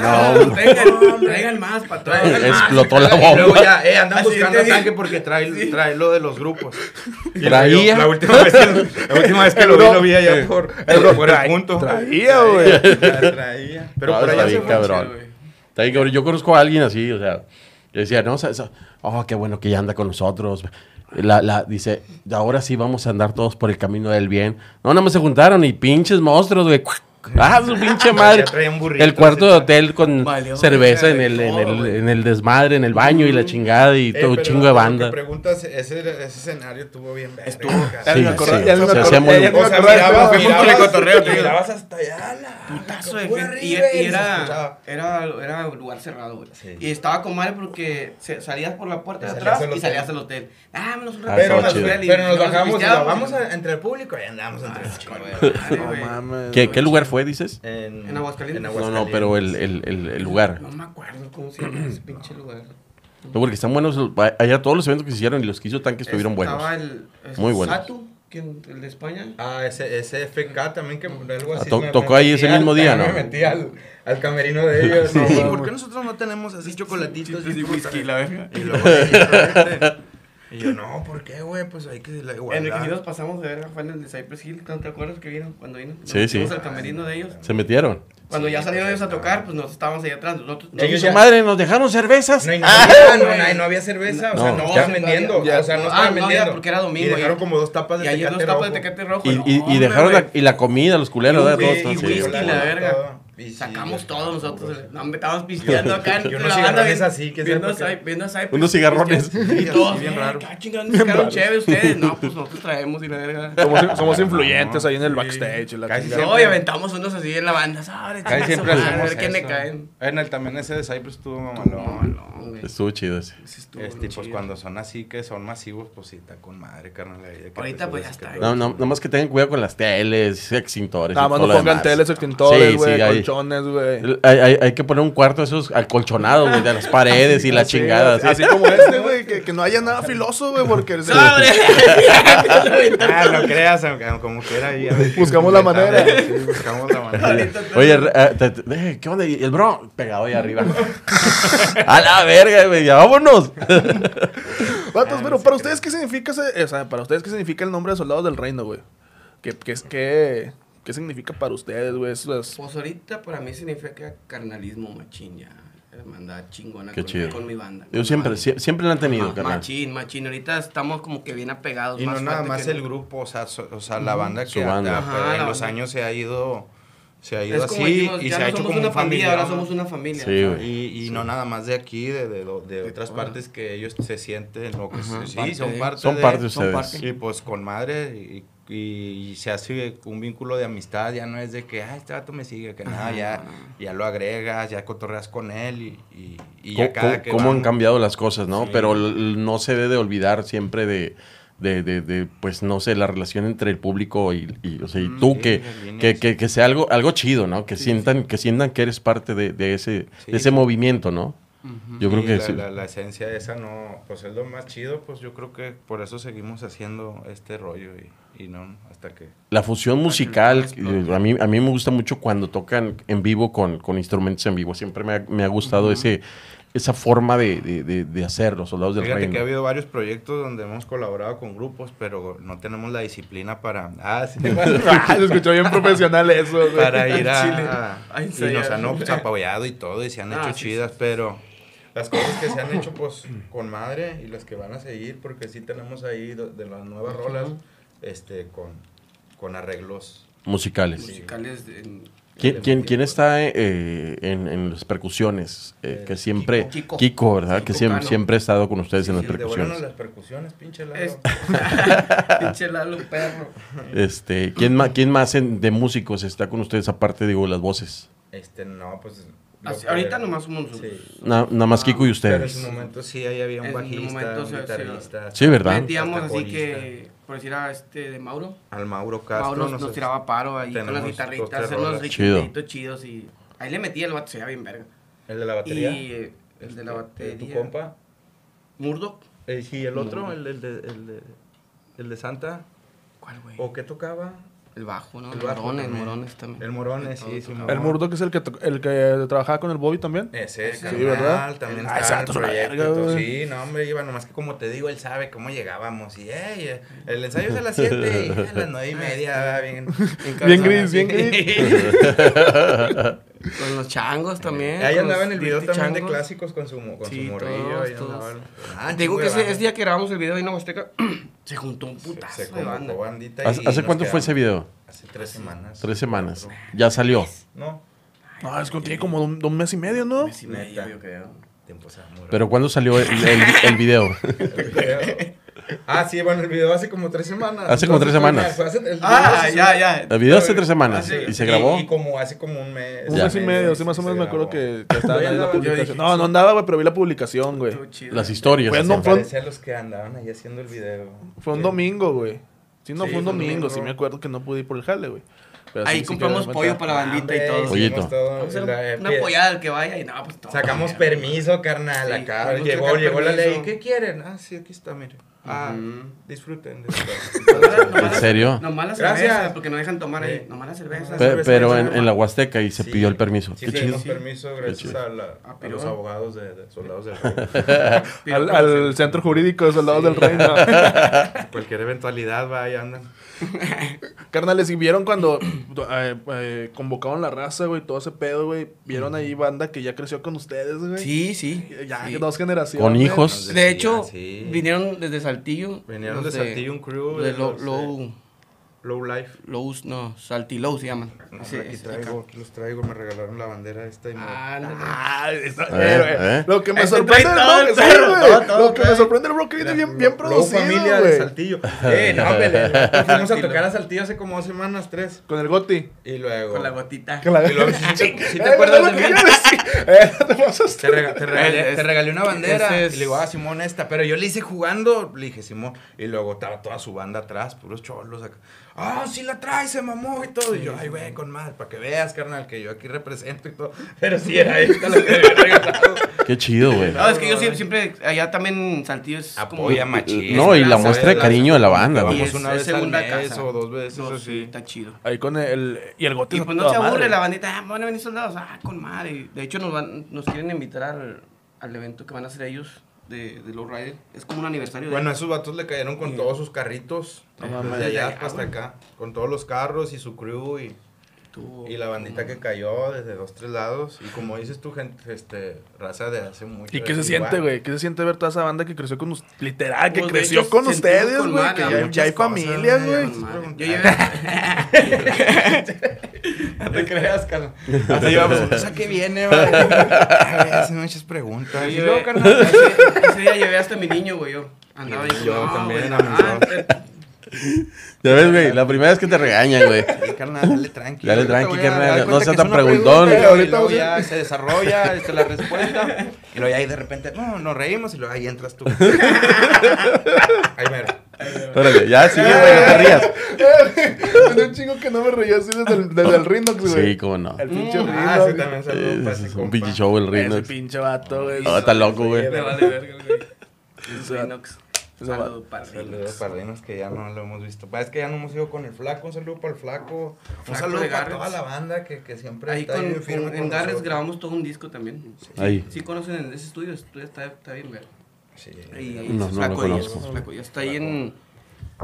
S4: No, traigan, traigan más, patrón.
S3: Traigan más,
S2: Explotó la
S3: traigan-
S2: bomba.
S3: Y luego ya, eh, andan
S4: Así
S3: buscando
S4: te digo.
S3: tanque porque trae, trae lo de los grupos. Y lo-
S2: Traía. Eh,
S3: La última vez que, la última vez que lo vi, lo vi allá por, por el
S1: Tra-
S3: punto.
S1: Traía, güey.
S3: Traía, traía. Pero
S2: No,
S3: por allá
S2: está
S3: se
S2: bien,
S3: fue.
S2: cabrón. Está bien, cabrón. Yo conozco a alguien así, o sea, yo decía, no, o sea, eso- oh, qué bueno que ya anda con nosotros. La, la, dice, ahora sí vamos a andar todos por el camino del bien. No, nada más se juntaron y pinches monstruos, güey. Ah, su pinche madre.
S3: Ya traían burritos,
S2: El cuarto de
S3: ya.
S2: hotel con
S4: Valió,
S2: cerveza en
S4: verga,
S2: el,
S4: de
S2: en,
S4: todo,
S2: el,
S4: güey.
S2: en el desmadre, en el baño y la chingada y
S3: Eh,
S2: todo un
S3: pero
S2: chingo de
S3: lo que
S2: banda.
S3: preguntas, ese, ese escenario estuvo bien verga.
S2: Sí,
S1: Ya ni me acordaba-
S2: sí,
S1: ya ni
S2: se
S1: me
S2: hacía
S1: acordaba-
S2: muy-
S1: ya ni me
S3: O sea,
S1: acordaba-
S3: mirabas,
S1: fue mucho
S3: mirabas,
S1: el cotorreo, te digo.
S3: mirabas hasta allá. ala,
S4: Putazo
S3: con
S4: de
S3: puro
S4: gente. Y,
S3: River,
S4: y
S3: y se
S4: era,
S2: Ah,
S3: escuchaba.
S4: era, era un lugar cerrado, güey.
S3: Sí.
S4: Y estaba con madre porque se- salías por la puerta de
S3: Y
S4: atrás
S3: salías al
S4: y
S3: hotel.
S4: salías al hotel. Dámonos un
S2: Ah,
S3: Pero,
S2: estaba
S3: nos,
S2: chido.
S4: hotel y
S3: pero nos
S4: nos
S3: bajamos, y
S4: pisteamos.
S3: vamos a- entre el público y andábamos entre el chingo.
S4: Madre,
S1: No
S4: güey.
S1: mames.
S2: ¿Qué, ¿Qué lugar fue, dices?
S3: En,
S4: En Aguascalientes.
S2: No, no, pero el, el, el, el lugar.
S4: No me acuerdo cómo se llama ese pinche lugar.
S2: No, porque están buenos. los- Allá todos los eventos que se hicieron y los que hizo Tanque estuvieron buenos.
S4: Estaba el, es-
S2: Muy buenos.
S4: Satu, quien- el de España.
S3: Ah, ese, ese FK también que por algo
S2: Ah,
S3: así.
S2: to-
S3: me-
S2: tocó
S3: me
S2: ahí
S3: metí
S2: ese mismo
S3: al-
S2: día,
S3: Me
S2: ¿no?
S3: metí al, al camerino de ellos.
S2: Sí.
S3: No, ¿Por qué nosotros no tenemos así chocolatitos
S4: Chips y whisky, la verga.
S3: Y luego ellos, Y yo, no, ¿por qué, güey? Pues hay que la
S4: En el que sí nos
S3: igualdad.
S4: pasamos de ver fue en el de Cypress Hill. ¿No te acuerdas que vino cuando vino? Nos
S2: Sí,
S4: metimos
S2: sí.
S4: al camerino de ellos.
S2: Se metieron.
S4: Cuando
S3: Sí,
S4: ya salieron
S3: pues,
S4: ellos a tocar, pues nosotros estábamos ahí atrás. Nosotros,
S3: Ellos
S2: Su
S3: ya-
S2: madre, nos dejaron cervezas.
S3: No, y no, había, no, no, y no había cerveza, o
S2: No,
S3: sea, Ah, no
S2: ya-
S3: estaban vendiendo,
S1: ya-
S3: o sea, no
S4: Oh, Ah,
S3: estaban
S4: no, ya,
S3: vendiendo.
S4: porque era domingo,
S3: Y
S4: ya.
S3: dejaron como dos tapas
S4: y
S3: de
S4: ayer
S3: tecate
S4: nos tapas de
S3: rojo.
S4: tecate rojo.
S2: Y,
S4: no,
S2: y- y
S4: hombre,
S2: dejaron
S4: güey.
S2: la, y la comida, los culeros.
S4: Y
S2: ¿verdad?
S4: un
S2: Todos
S4: whisky,
S2: todos, sí,
S4: whisky,
S2: güey.
S4: la verga.
S3: Todo. Y sí,
S4: Sacamos
S3: yo-
S4: todos nosotros. No, hombre, estábamos pisteando acá.
S3: Y
S4: entre
S3: unos
S4: la banda,
S3: cigarrones
S4: bien-
S3: así, que
S4: Viendo a
S3: sea, porque-
S4: Cy- viendo a Cypress.
S2: Unos cigarrones.
S4: Y todos,
S3: bien
S4: bien
S3: raro.
S4: raro. chingando, sacaron chévere ustedes. No, pues nosotros traemos y la verga.
S1: Somos, somos influyentes ahí en el backstage. y la
S3: Casi
S1: chingada.
S4: No, y aventamos unos así en la banda. ¿sabes?
S3: Casi siempre
S4: A ver
S3: hacemos
S4: quién le
S3: eso.
S4: caen.
S3: En el también ese de Cypress estuvo
S4: No,
S3: mamalón.
S4: no, güey.
S2: Estuvo chido ese.
S4: Sí estuvo bien
S3: Este, pues
S4: chido.
S3: cuando son así que son masivos, pues sí, está con madre, carnal. La vida que
S4: Ahorita,
S3: te
S4: pues, ya
S3: subes, que
S4: está.
S3: te-
S2: No, no, nomás que tengan cuidado con las teles, extintores.
S1: Nada
S2: y
S1: más
S2: todo
S1: no
S2: lo
S1: pongan
S2: demás.
S1: teles, extintores,
S2: Sí,
S1: güey,
S2: sí, hay-
S1: colchones, güey.
S2: Hay, hay- hay que poner un cuarto de esos acolchonados, güey, de las paredes y las
S1: Así,
S2: chingadas.
S1: Así,
S2: ¿sí?
S1: como este, güey, que, que no haya nada filoso, güey, porque
S4: ¡Sobre!
S3: Ah, no creas, aunque- aunque como quiera. ahí, a ver,
S1: Buscamos la manera.
S3: Sí, buscamos la manera.
S2: Oye, re- eh, te- te- eh, ¿qué onda? Y El bro pegado ahí arriba. A la verga, güey, ya vámonos.
S1: Vatos, pero para ustedes, ¿qué significa ese- o sea, para ustedes, ¿qué significa el nombre de Soldados del Reino, güey? ¿Qué, qué, es- qué, qué significa para ustedes, güey? Eso es-
S4: Pues ahorita para mí significa carnalismo machín ya. Hermandad chingona
S2: Qué
S4: con,
S2: chido.
S4: con mi banda.
S2: Yo siempre, sie- siempre lo han tenido,
S4: Ajá,
S2: carnal.
S4: Machín, machín. Ahorita estamos como que bien apegados.
S3: Y no nada
S4: fuerte
S3: más
S4: que
S3: el
S4: nunca.
S3: grupo, o sea, so- o sea la banda
S2: Su
S3: que a-
S2: banda.
S3: a-
S4: Ajá, la
S3: en los
S4: banda.
S3: años se ha ido, se ha ido
S4: Es
S3: así
S4: como dijimos,
S3: y
S4: ya
S3: se
S4: no
S3: ha hecho
S4: somos
S3: como
S4: una
S3: un
S4: familia,
S3: familiar,
S4: ahora
S3: ¿no?
S4: somos una familia.
S2: Sí,
S4: ¿sabes?
S2: güey.
S3: Y, y no nada más de aquí, de, de, do- de otras
S4: todas.
S3: partes que ellos se sienten o que se- sí,
S4: parte
S3: son
S4: de-
S3: parte
S2: Son
S3: de-
S2: parte de
S4: son
S2: ustedes.
S4: parte.
S3: Y pues con madre y, y- y se hace un vínculo de amistad, ya no es de que, ah, este vato me sigue, que nada, ya, ya lo agregas, ya cotorreas con él y, y, y ya
S2: ¿Cómo,
S3: cada
S2: cómo-
S3: que
S2: cómo
S3: van-
S2: han cambiado las cosas, no? Pero l- l- no se debe de olvidar siempre de, de, de- de, pues no sé, la relación entre el público y, y, o sea, y
S3: Mm,
S2: tú,
S3: sí,
S2: que,
S3: las líneas.
S2: que, que- que sea algo, algo chido, ¿no? Que, sientan, que sientan que eres parte de, de ese,
S3: Sí.
S2: de ese movimiento, ¿no? Yo creo
S3: Sí,
S2: que
S3: la,
S2: sí.
S3: la- la esencia esa no, pues es lo más chido, pues yo creo que por eso seguimos haciendo este rollo y, y no hasta que...
S2: La fusión musical, eh, a mí, a mí me gusta mucho cuando tocan en vivo con, con instrumentos en vivo. Siempre me ha, me ha gustado ese, esa forma de, de, de- de hacer los soldados del
S3: Fíjate
S2: reino.
S3: que ha habido varios proyectos donde hemos colaborado con grupos, pero no tenemos la disciplina para... Ah, sí,
S1: Ah, se escuchó bien profesional eso, güey.
S3: para ir a,
S4: Chile.
S3: a-
S4: A
S3: y
S4: ensayar.
S3: nos han pues, apoyado y todo y se han
S4: Ah,
S3: hecho
S4: sí,
S3: chidas pero las cosas que se han hecho pues con madre y las que van a seguir porque sí tenemos ahí do- de las nuevas rolas este con con con arreglos.
S2: Musicales.
S4: musicales. en-
S2: ¿Quién, quién, quién está eh, en, en las percusiones? Eh, que siempre. Kiko,
S4: Kiko.
S2: ¿verdad? que
S4: Kiko
S2: siem-
S4: Cano.
S2: siempre ha estado con ustedes en las
S3: Sí, devuélvanos
S2: percusiones.
S3: las percusiones, pinche Lalo.
S4: Es- Pinche Lalo, perro.
S2: Este, ¿quién, más, ¿Quién más en- de músicos está con ustedes aparte, digo, las voces?
S3: Este, no, pues... lo
S4: Así-
S3: que-
S4: ahorita nomás somos nosotros.
S3: Sí.
S2: Na- nada más Kiko y
S3: Pero en su
S2: ustedes.
S3: momento sí, ahí había un
S4: En su
S3: bajista,
S4: momento,
S3: un
S4: sí, sí,
S3: guitarrista.
S2: Sí, ¿verdad?
S4: Metíamos así
S3: saxofonista.
S4: que, por decir a este de Mauro,
S3: Al Mauro Castro.
S4: Mauro nos,
S3: no sé.
S4: tiraba paro ahí con las
S3: tenemos dos, tres
S4: guitarritas, hacer
S3: rolas.
S4: unos
S2: Chido.
S4: riquitos chidos y ahí le metía el vato, se veía bien verga.
S3: El de la batería.
S4: Y eh, el de la
S3: Este,
S4: batería.
S3: ¿Tu compa?
S4: Murdoch.
S3: Eh, ¿Y el otro? El, el, de, el, de, el de Santa.
S4: ¿Cuál, güey?
S3: ¿O qué tocaba?
S4: El bajo, ¿no?
S3: El
S4: El
S3: bajo
S4: Morones,
S3: también.
S4: Morones también.
S3: El Morones,
S4: Todo
S3: sí,
S4: tocaba.
S3: Simón.
S1: El Murdoch es el que, to- el que trabajaba con el Bobby también.
S3: Ese,
S4: Sí,
S3: carnal,
S1: ¿verdad?
S3: También
S1: Ah,
S3: estaba en
S1: exacto,
S3: el
S1: la
S3: proyecto.
S1: verga,
S3: todo.
S1: güey.
S3: Sí, no, hombre, iba nomás que como te digo, él sabe cómo llegábamos. Y ey, eh, el ensayo es a las 7 y a las 9 y media. va, Bien,
S1: Bien
S3: cansado,
S1: gris, bien
S3: sí.
S1: gris.
S4: Con los changos también.
S3: Eh, Ahí
S4: con
S3: andaba
S4: los
S3: en el video
S4: Dirty
S3: también de
S4: Changos.
S3: clásicos con su, mo- con
S4: Sí,
S3: su morrillo.
S4: todos,
S3: ahí andaba
S4: todos.
S3: el- Ah,
S4: Te digo
S3: chingo
S4: que
S3: de
S4: ese,
S3: banda.
S4: ese día que grabamos el video de Huasteca, se juntó un
S3: Se-
S4: putazo
S3: Se
S4: de banda.
S3: convocó bandita. y
S2: ¿Hace, hace
S3: nos
S2: cuánto fue
S3: quedamos-
S2: ese video?
S3: Hace tres semanas.
S2: Tres semanas.
S3: Cuatro.
S2: Ya salió.
S3: No,
S1: No, Ah, es que tiene como de un, de eh, un mes y medio, ¿no?
S4: Mes y medio,
S3: Neta.
S4: yo creo.
S3: tiempo se va muy
S2: Pero ¿cuándo salió el, el- el video?
S3: rápido. Ah, sí, bueno, el video hace como tres semanas.
S2: Hace como tres
S3: Entonces,
S2: semanas.
S3: fue- fue hace- el video
S4: Ah,
S3: hace-
S4: ya, ya.
S2: El video hace tres semanas
S3: Sí,
S2: y se grabó.
S3: Y como hace como un mes.
S1: Un
S2: Ya.
S1: mes y medio, sí, más o
S3: se
S1: menos me
S3: grabó.
S1: acuerdo que, que estaba
S3: Yo
S1: en la
S3: andaba- yo
S1: publicación.
S3: dije,
S1: No, no andaba, güey, pero vi la publicación, güey.
S4: Estuvo chido.
S2: Las historias.
S1: Pues
S2: así.
S1: no,
S3: Se
S1: fue-
S3: parece a los que andaban ahí haciendo el video.
S1: Fue un
S3: Sí.
S1: domingo, güey. Sí, no, fue
S3: Sí,
S1: un
S3: fue un
S1: domingo, sí
S3: domingo.
S1: me acuerdo que no pude ir por el jale, güey. Pero sí,
S4: Ahí
S1: sí
S4: compramos
S1: quería
S4: pollo
S1: comentar.
S4: para la bandita y
S3: Ah,
S4: todo.
S3: hombre, hicimos
S2: Pollito.
S3: todo,
S4: Vamos a
S3: la-
S4: hacer Una
S3: pie-
S4: apoyada al que vaya y no, pues todo.
S3: Sacamos
S4: Mira.
S3: permiso, carnal,
S4: Sí,
S3: acá.
S4: fuimos a
S3: Llegó,
S4: sacar
S3: llegó la ley.
S4: permiso.
S3: ¿Qué quieren? Ah, sí, aquí está, mire. Ah,
S4: Ujú.
S3: disfruten. de esto.
S4: Nomás- nomás
S2: ¿En
S4: las-
S2: serio?
S4: Nomás las
S3: Gracias.
S4: cervezas, porque no dejan tomar
S3: Sí.
S4: ahí. Nomás las cervezas.
S2: Pe-
S3: cerveza
S2: pero
S3: hecha
S2: en,
S3: de
S2: en
S3: mano.
S2: la Huasteca y se
S3: Sí.
S2: pidió el permiso.
S3: Sí,
S2: Qué
S3: le
S2: chido.
S3: dimos permiso gracias
S2: chido.
S3: a, la- a
S4: pero-
S3: los abogados de, de soldados del rey.
S1: Al, al centro jurídico de soldados del reino.
S3: Cualquier eventualidad, va, ahí andan.
S1: Carnales, y vieron cuando eh, eh, convocaron la raza, güey, todo ese pedo, güey. Vieron ahí banda que ya creció con ustedes, güey.
S4: Sí, sí.
S1: Ya,
S4: sí.
S1: dos generaciones.
S2: Con hijos.
S3: Entonces,
S4: De hecho,
S3: sí.
S4: vinieron desde Saltillo.
S3: Vinieron
S4: los
S3: de Saltillo un crew.
S4: De
S3: de
S4: Low,
S3: los,
S4: Low,
S3: eh, Low Life.
S4: Lows, no, Saltilow se llaman.
S3: No,
S4: Ese-
S3: aquí
S4: ese-
S3: traigo, aquí los traigo, me regalaron la bandera esta y me...
S4: Ah, no.
S1: Ah, está-
S2: Eh,
S1: eh, güey.
S2: eh.
S1: Lo que me
S4: Este
S1: sorprende
S4: trae
S1: del
S4: todo el
S1: bro, sí,
S4: perro,
S1: güey.
S3: todo, todo
S1: Lo que me
S3: trae.
S1: sorprende el bro que viene bien, bien
S3: Low
S1: producido,
S3: familia de
S1: güey.
S3: Saltillo. Eh, no, hombre, le- le- fuimos a tocar a Saltillo hace como dos semanas, tres.
S1: Con el goti.
S3: Y luego...
S4: Con la gotita.
S1: Con la-
S3: Y luego, sí, sí, sí,
S1: Eh,
S3: te acuerdas
S1: ¿verdad
S3: de
S1: lo
S3: mí?
S1: que yo decía? Eh, te pasaste.
S3: Te, rega- te regalé,
S4: Es-
S3: te regalé una bandera.
S4: ese es-
S3: Y le digo, ah, Simón, esta. Pero yo le hice jugando. Le dije, Simón. Y luego estaba toda su banda atrás, puros cholos acá. Ah, sí la trae, se mamó y todo. Y yo, ay, güey, con más. Para que veas, carnal, que yo aquí represento y todo. Pero sí era esta la que me había regalado.
S2: Qué chido, güey.
S4: No, es que yo siempre, siempre allá también Saltillo es como...
S3: Apoya machín.
S2: No, y la
S4: Las-
S2: muestra de
S3: las-
S2: cariño de la banda,
S3: Vamos
S4: Y este
S2: güey.
S4: es-
S3: una
S4: es
S3: vez al mes o dos veces,
S4: No,
S3: eso sí.
S4: Está chido.
S1: Ahí con el. Y el goti.
S4: Y
S1: es
S4: pues no
S1: toda
S4: se
S1: madre.
S4: aburre la bandita, ah, van a venir soldados, ah, con madre. De hecho, nos, van, nos quieren invitar al, al evento que van a hacer ellos de, de Low Rider. Es como un aniversario.
S3: Bueno, a
S4: de...
S3: esos vatos le cayeron con
S4: Sí.
S3: todos sus carritos.
S1: No mames.
S3: desde allá
S4: Ah,
S3: hasta
S4: bueno.
S3: acá. Con todos los carros y su crew y...
S4: Estuvo-
S3: Y la bandita que cayó desde dos, tres lados. Y como dices tú, gente, este, raza de hace mucho.
S1: ¿Y qué se
S3: es
S1: siente,
S3: Eh, igual.
S1: güey? ¿Qué se siente ver toda esa banda que creció con us- Literal, que
S4: Pues, de
S1: creció
S4: hecho,
S1: con
S4: sentimos
S1: ustedes,
S4: con
S1: güey.
S4: madre
S1: Que
S4: a
S1: ya, hay- ya hay
S3: Ah, Muchas cosas,
S1: familias,
S3: ¿no?
S1: güey.
S3: Ya nos
S4: Yo
S3: preguntaron.
S4: No te creas, carnal.
S3: Hasta llevamos, "Pues, ¿a qué viene, güey? Ay, Hacen muchas preguntas. Y
S4: Yo
S3: luego,
S4: llevé-
S3: carnal,
S4: ese, ese día llevé hasta mi niño, güey, yo. Andaba ahí.
S3: Yo
S4: no,
S3: también,
S4: güey,
S3: a mi
S4: ah,
S3: yo.
S4: eh,
S2: Ya ves, güey. La primera vez que te regañan, güey.
S3: "Ay, carnal, dale tranqui.
S2: Dale
S3: Ahorita
S2: tranqui,
S3: voy a
S2: carnal,
S3: dar
S2: no
S3: cuenta que
S2: seas tan
S3: es una
S2: preguntón".
S3: pregunta",
S1: Ahorita
S3: Y luego
S1: vamos a-
S3: ya se desarrolla este, la respuesta. Y luego ya ahí de repente, no, nos reímos. Y luego ahí entras tú. Ahí mero.
S2: Órale, ya sí, güey, no te rías.
S1: Tenía un chingo que no me reía así desde el, desde el Rhinox, güey.
S2: Sí, cómo no.
S1: El pinche Rhinox.
S3: Ah, sí, también saludo para
S2: Es
S3: ese
S2: es un
S3: compa.
S2: pinche show el
S1: Ese
S2: Rhinox.
S1: pinche vato, güey.
S2: No, está loco, güey.
S4: me vale verga, este güey. Rinox.
S1: Eso va.
S4: Saludos para
S3: Saludos
S4: Rinox.
S3: para Rinos que ya no lo hemos visto. Pa, Es que ya no hemos ido con el flaco. Un saludo para el flaco. Un
S4: Flaco
S3: saludo
S4: de
S3: para
S4: Garrets.
S3: toda la banda que, que siempre
S4: Ahí con,
S3: bien firme
S4: con-
S3: con
S4: en Garres
S3: nosotros.
S4: grabamos todo un disco también. Sí,
S2: Ahí.
S4: sí conocen ese estudio, ese estudio está, está bien, güey.
S3: Sí.
S4: Y
S3: el
S2: No, no lo
S4: Flaco y-
S2: conozco.
S4: Flaco, ya está ahí en,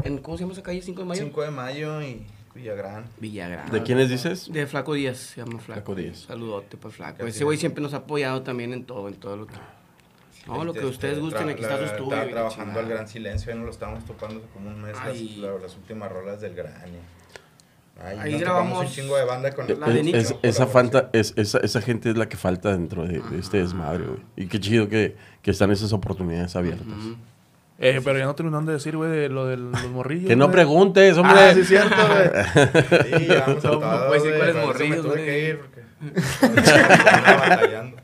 S4: en- ¿cómo se llama esa calle? 5 de mayo.
S3: 5 de mayo y Villagrán.
S4: Villagrán.
S2: ¿De quiénes dices?
S4: De Flaco Díaz, se llama Flaco.
S2: Flaco Díaz.
S4: Saludote para Flaco.
S3: Ya
S4: Ese
S3: tiene.
S4: güey siempre nos ha apoyado también en todo, en todo lo que... No, lo que
S3: Este,
S4: ustedes gusten,
S3: tra-
S4: aquí está su
S3: la-
S4: estudio.
S3: Estaba
S4: y la
S3: trabajando
S4: chingada.
S3: al Gran Silencio. Ya nos lo estábamos topando hace como un mes. Las,
S4: Ay.
S3: la- las últimas rolas del Gran. y- Ay,
S4: Ahí
S3: nos topamos
S4: grabamos
S3: un chingo de banda con
S4: la de
S2: Es-
S4: Nicho.
S2: es- esa, fanta- es- esa, esa gente es la que falta dentro de, de este desmadre, güey. Y qué chido que, que están esas oportunidades abiertas.
S1: Eh, pero ya no terminaron de decir, güey, de lo de los morrillos.
S2: Que no
S1: güey.
S2: preguntes, hombre.
S1: Ah, sí, es cierto, güey.
S3: Sí, llevamos a
S4: No
S3: todo,
S4: puedes decir
S3: güey,
S4: cuáles
S3: por eso
S4: morrillos,
S3: Me tuve
S4: güey.
S3: que ir porque... Estaba batallando.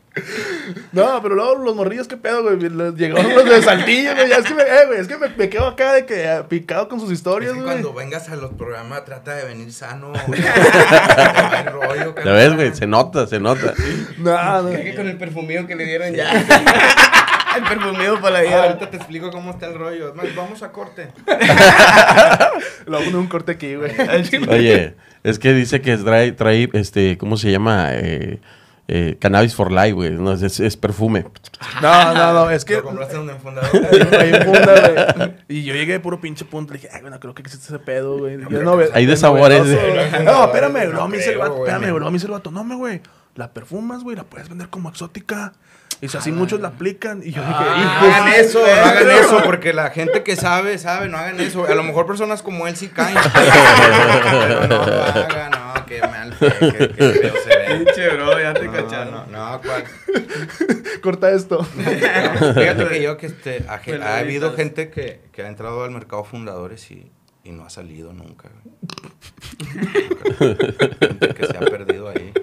S1: No, pero luego los morrillos, qué pedo, güey. Los- Llegaron los de Saltillo, güey. ya Es que, me, eh, güey, es que me, me quedo acá de que ah, picado con sus
S3: Es
S1: historias,
S3: que
S1: güey.
S3: cuando vengas a los programas trata de venir sano. güey. Buen rollo,
S2: Ya
S3: carnal.
S2: ves, güey, se nota, se nota.
S1: No, no.
S4: Creo que con el perfumido que le dieron ya. el perfumido para la
S3: Ah,
S4: vida.
S3: Ahorita te explico cómo está el rollo. Es más, vamos a corte.
S1: Lo hago en un corte aquí, güey.
S2: Oye, es que dice que trae, trae este, ¿cómo se llama? Eh, eh, cannabis for life, güey. No, es- es, es perfume.
S1: No, no, no. Es que.
S3: Lo compraste en un enfundador.
S1: Ahí en funda, güey. Y yo llegué de puro pinche punto. Le dije, ay, bueno, creo que existe ese pedo, güey. Yo no, ve-
S2: Hay de
S1: novedoso,
S2: sabores,
S1: güey.
S3: güey.
S1: No, espérame,
S3: No
S1: bro. Me dice el
S3: creo,
S1: vato.
S3: güey.
S1: Espérame, bro. Me dice el vato. No, me, güey. La perfumas, güey. La puedes vender como exótica. Y si así muchos la aplican. Y yo dije,
S3: Ah. No
S1: hijo.
S3: Ah, hagan eso, no
S1: eh,
S3: hagan
S1: güey.
S3: eso, porque la gente que sabe, sabe, no hagan eso. A lo mejor personas como él sí caen. Pero no lo hagan, no, qué mal, fe, qué, qué feo se ve.
S4: Pinche bro, ya te
S3: No,
S4: cacharon.
S3: no, no, cual-
S1: Corta esto.
S3: Fíjate que yo que este, a gen-
S4: Me lo
S3: ha habido
S4: evitas.
S3: gente que, que ha entrado al mercado fundadores y, y no ha salido nunca. güey. gente que se ha perdido ahí.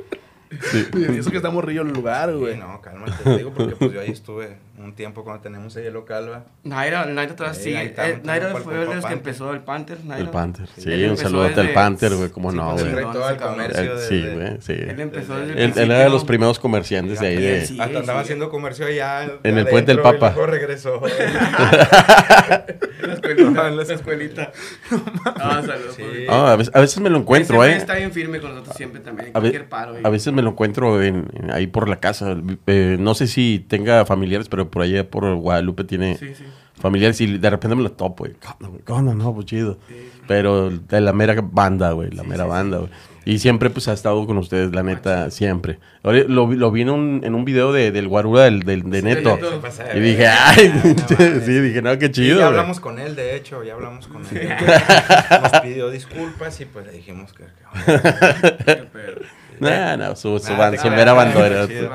S1: Y eso que está morrillo el lugar,
S3: Sí,
S1: güey.
S3: no, cálmate, te digo porque pues yo ahí estuve un tiempo cuando tenemos ahí el local, ¿va?
S4: Naira, Naira todavía
S3: Ahí,
S4: sigue.
S3: ahí está,
S4: Eh, Naira
S3: con-
S4: fue
S3: con
S4: el de los que
S3: Panther.
S4: empezó el Panther. Naira.
S2: El Panther. Sí,
S4: Él
S2: un
S4: empezó
S2: saludote al
S4: desde-
S2: Panther, güey. ¿Cómo
S4: Sí,
S2: no,
S4: con
S3: Se
S4: el
S2: güey?
S3: trae todo
S4: se
S3: al
S4: acabó.
S3: comercio.
S2: Eh,
S3: de-
S2: sí,
S3: de-
S2: güey, sí.
S4: Él empezó
S3: Desde-
S4: desde
S2: Él, él
S4: el principio.
S2: era de los primeros comerciantes de ahí de...
S4: Sí,
S3: Hasta andaba
S4: sí.
S3: haciendo comercio allá. de
S2: En el
S3: adentro
S2: Puente del
S3: y
S2: Papa.
S3: Luego regresó.
S4: En la escuelita. En la escuelita. Ah, saludos.
S3: Sí.
S4: pues.
S2: Ah, a, veces, a veces me lo encuentro,
S4: Ese güey
S2: ¿eh?
S4: Está bien firme con nosotros siempre también. en
S2: A, ve-
S4: Cualquier paro.
S2: a veces me lo encuentro en- en- ahí por la casa. Eh, no sé si tenga familiares, pero por allá por Guadalupe tiene
S4: Sí, sí.
S2: familiares y de repente me lo topo, güey. ¿Qué onda, güey? ¿Qué onda? No, pues chido. Pero de la mera banda, güey. La mera banda, güey. Y siempre, pues, ha estado con ustedes, la neta, siempre. Ahora, lo, vi- lo vi en un, en un video de- del Guarura, del, del- de Neto.
S4: Neto.
S2: Y dije, ay, sí, dije, no, qué
S3: Sí,
S2: chido.
S3: ya
S2: güey.
S3: hablamos con él, de hecho, ya hablamos con él. Nos pidió disculpas y pues le dijimos que... que-
S2: No, no, su, su,
S3: Nah,
S2: ban-
S3: te
S2: su
S3: creas,
S2: mera
S4: Ah,
S3: nah,
S2: bandera.
S3: qué chido.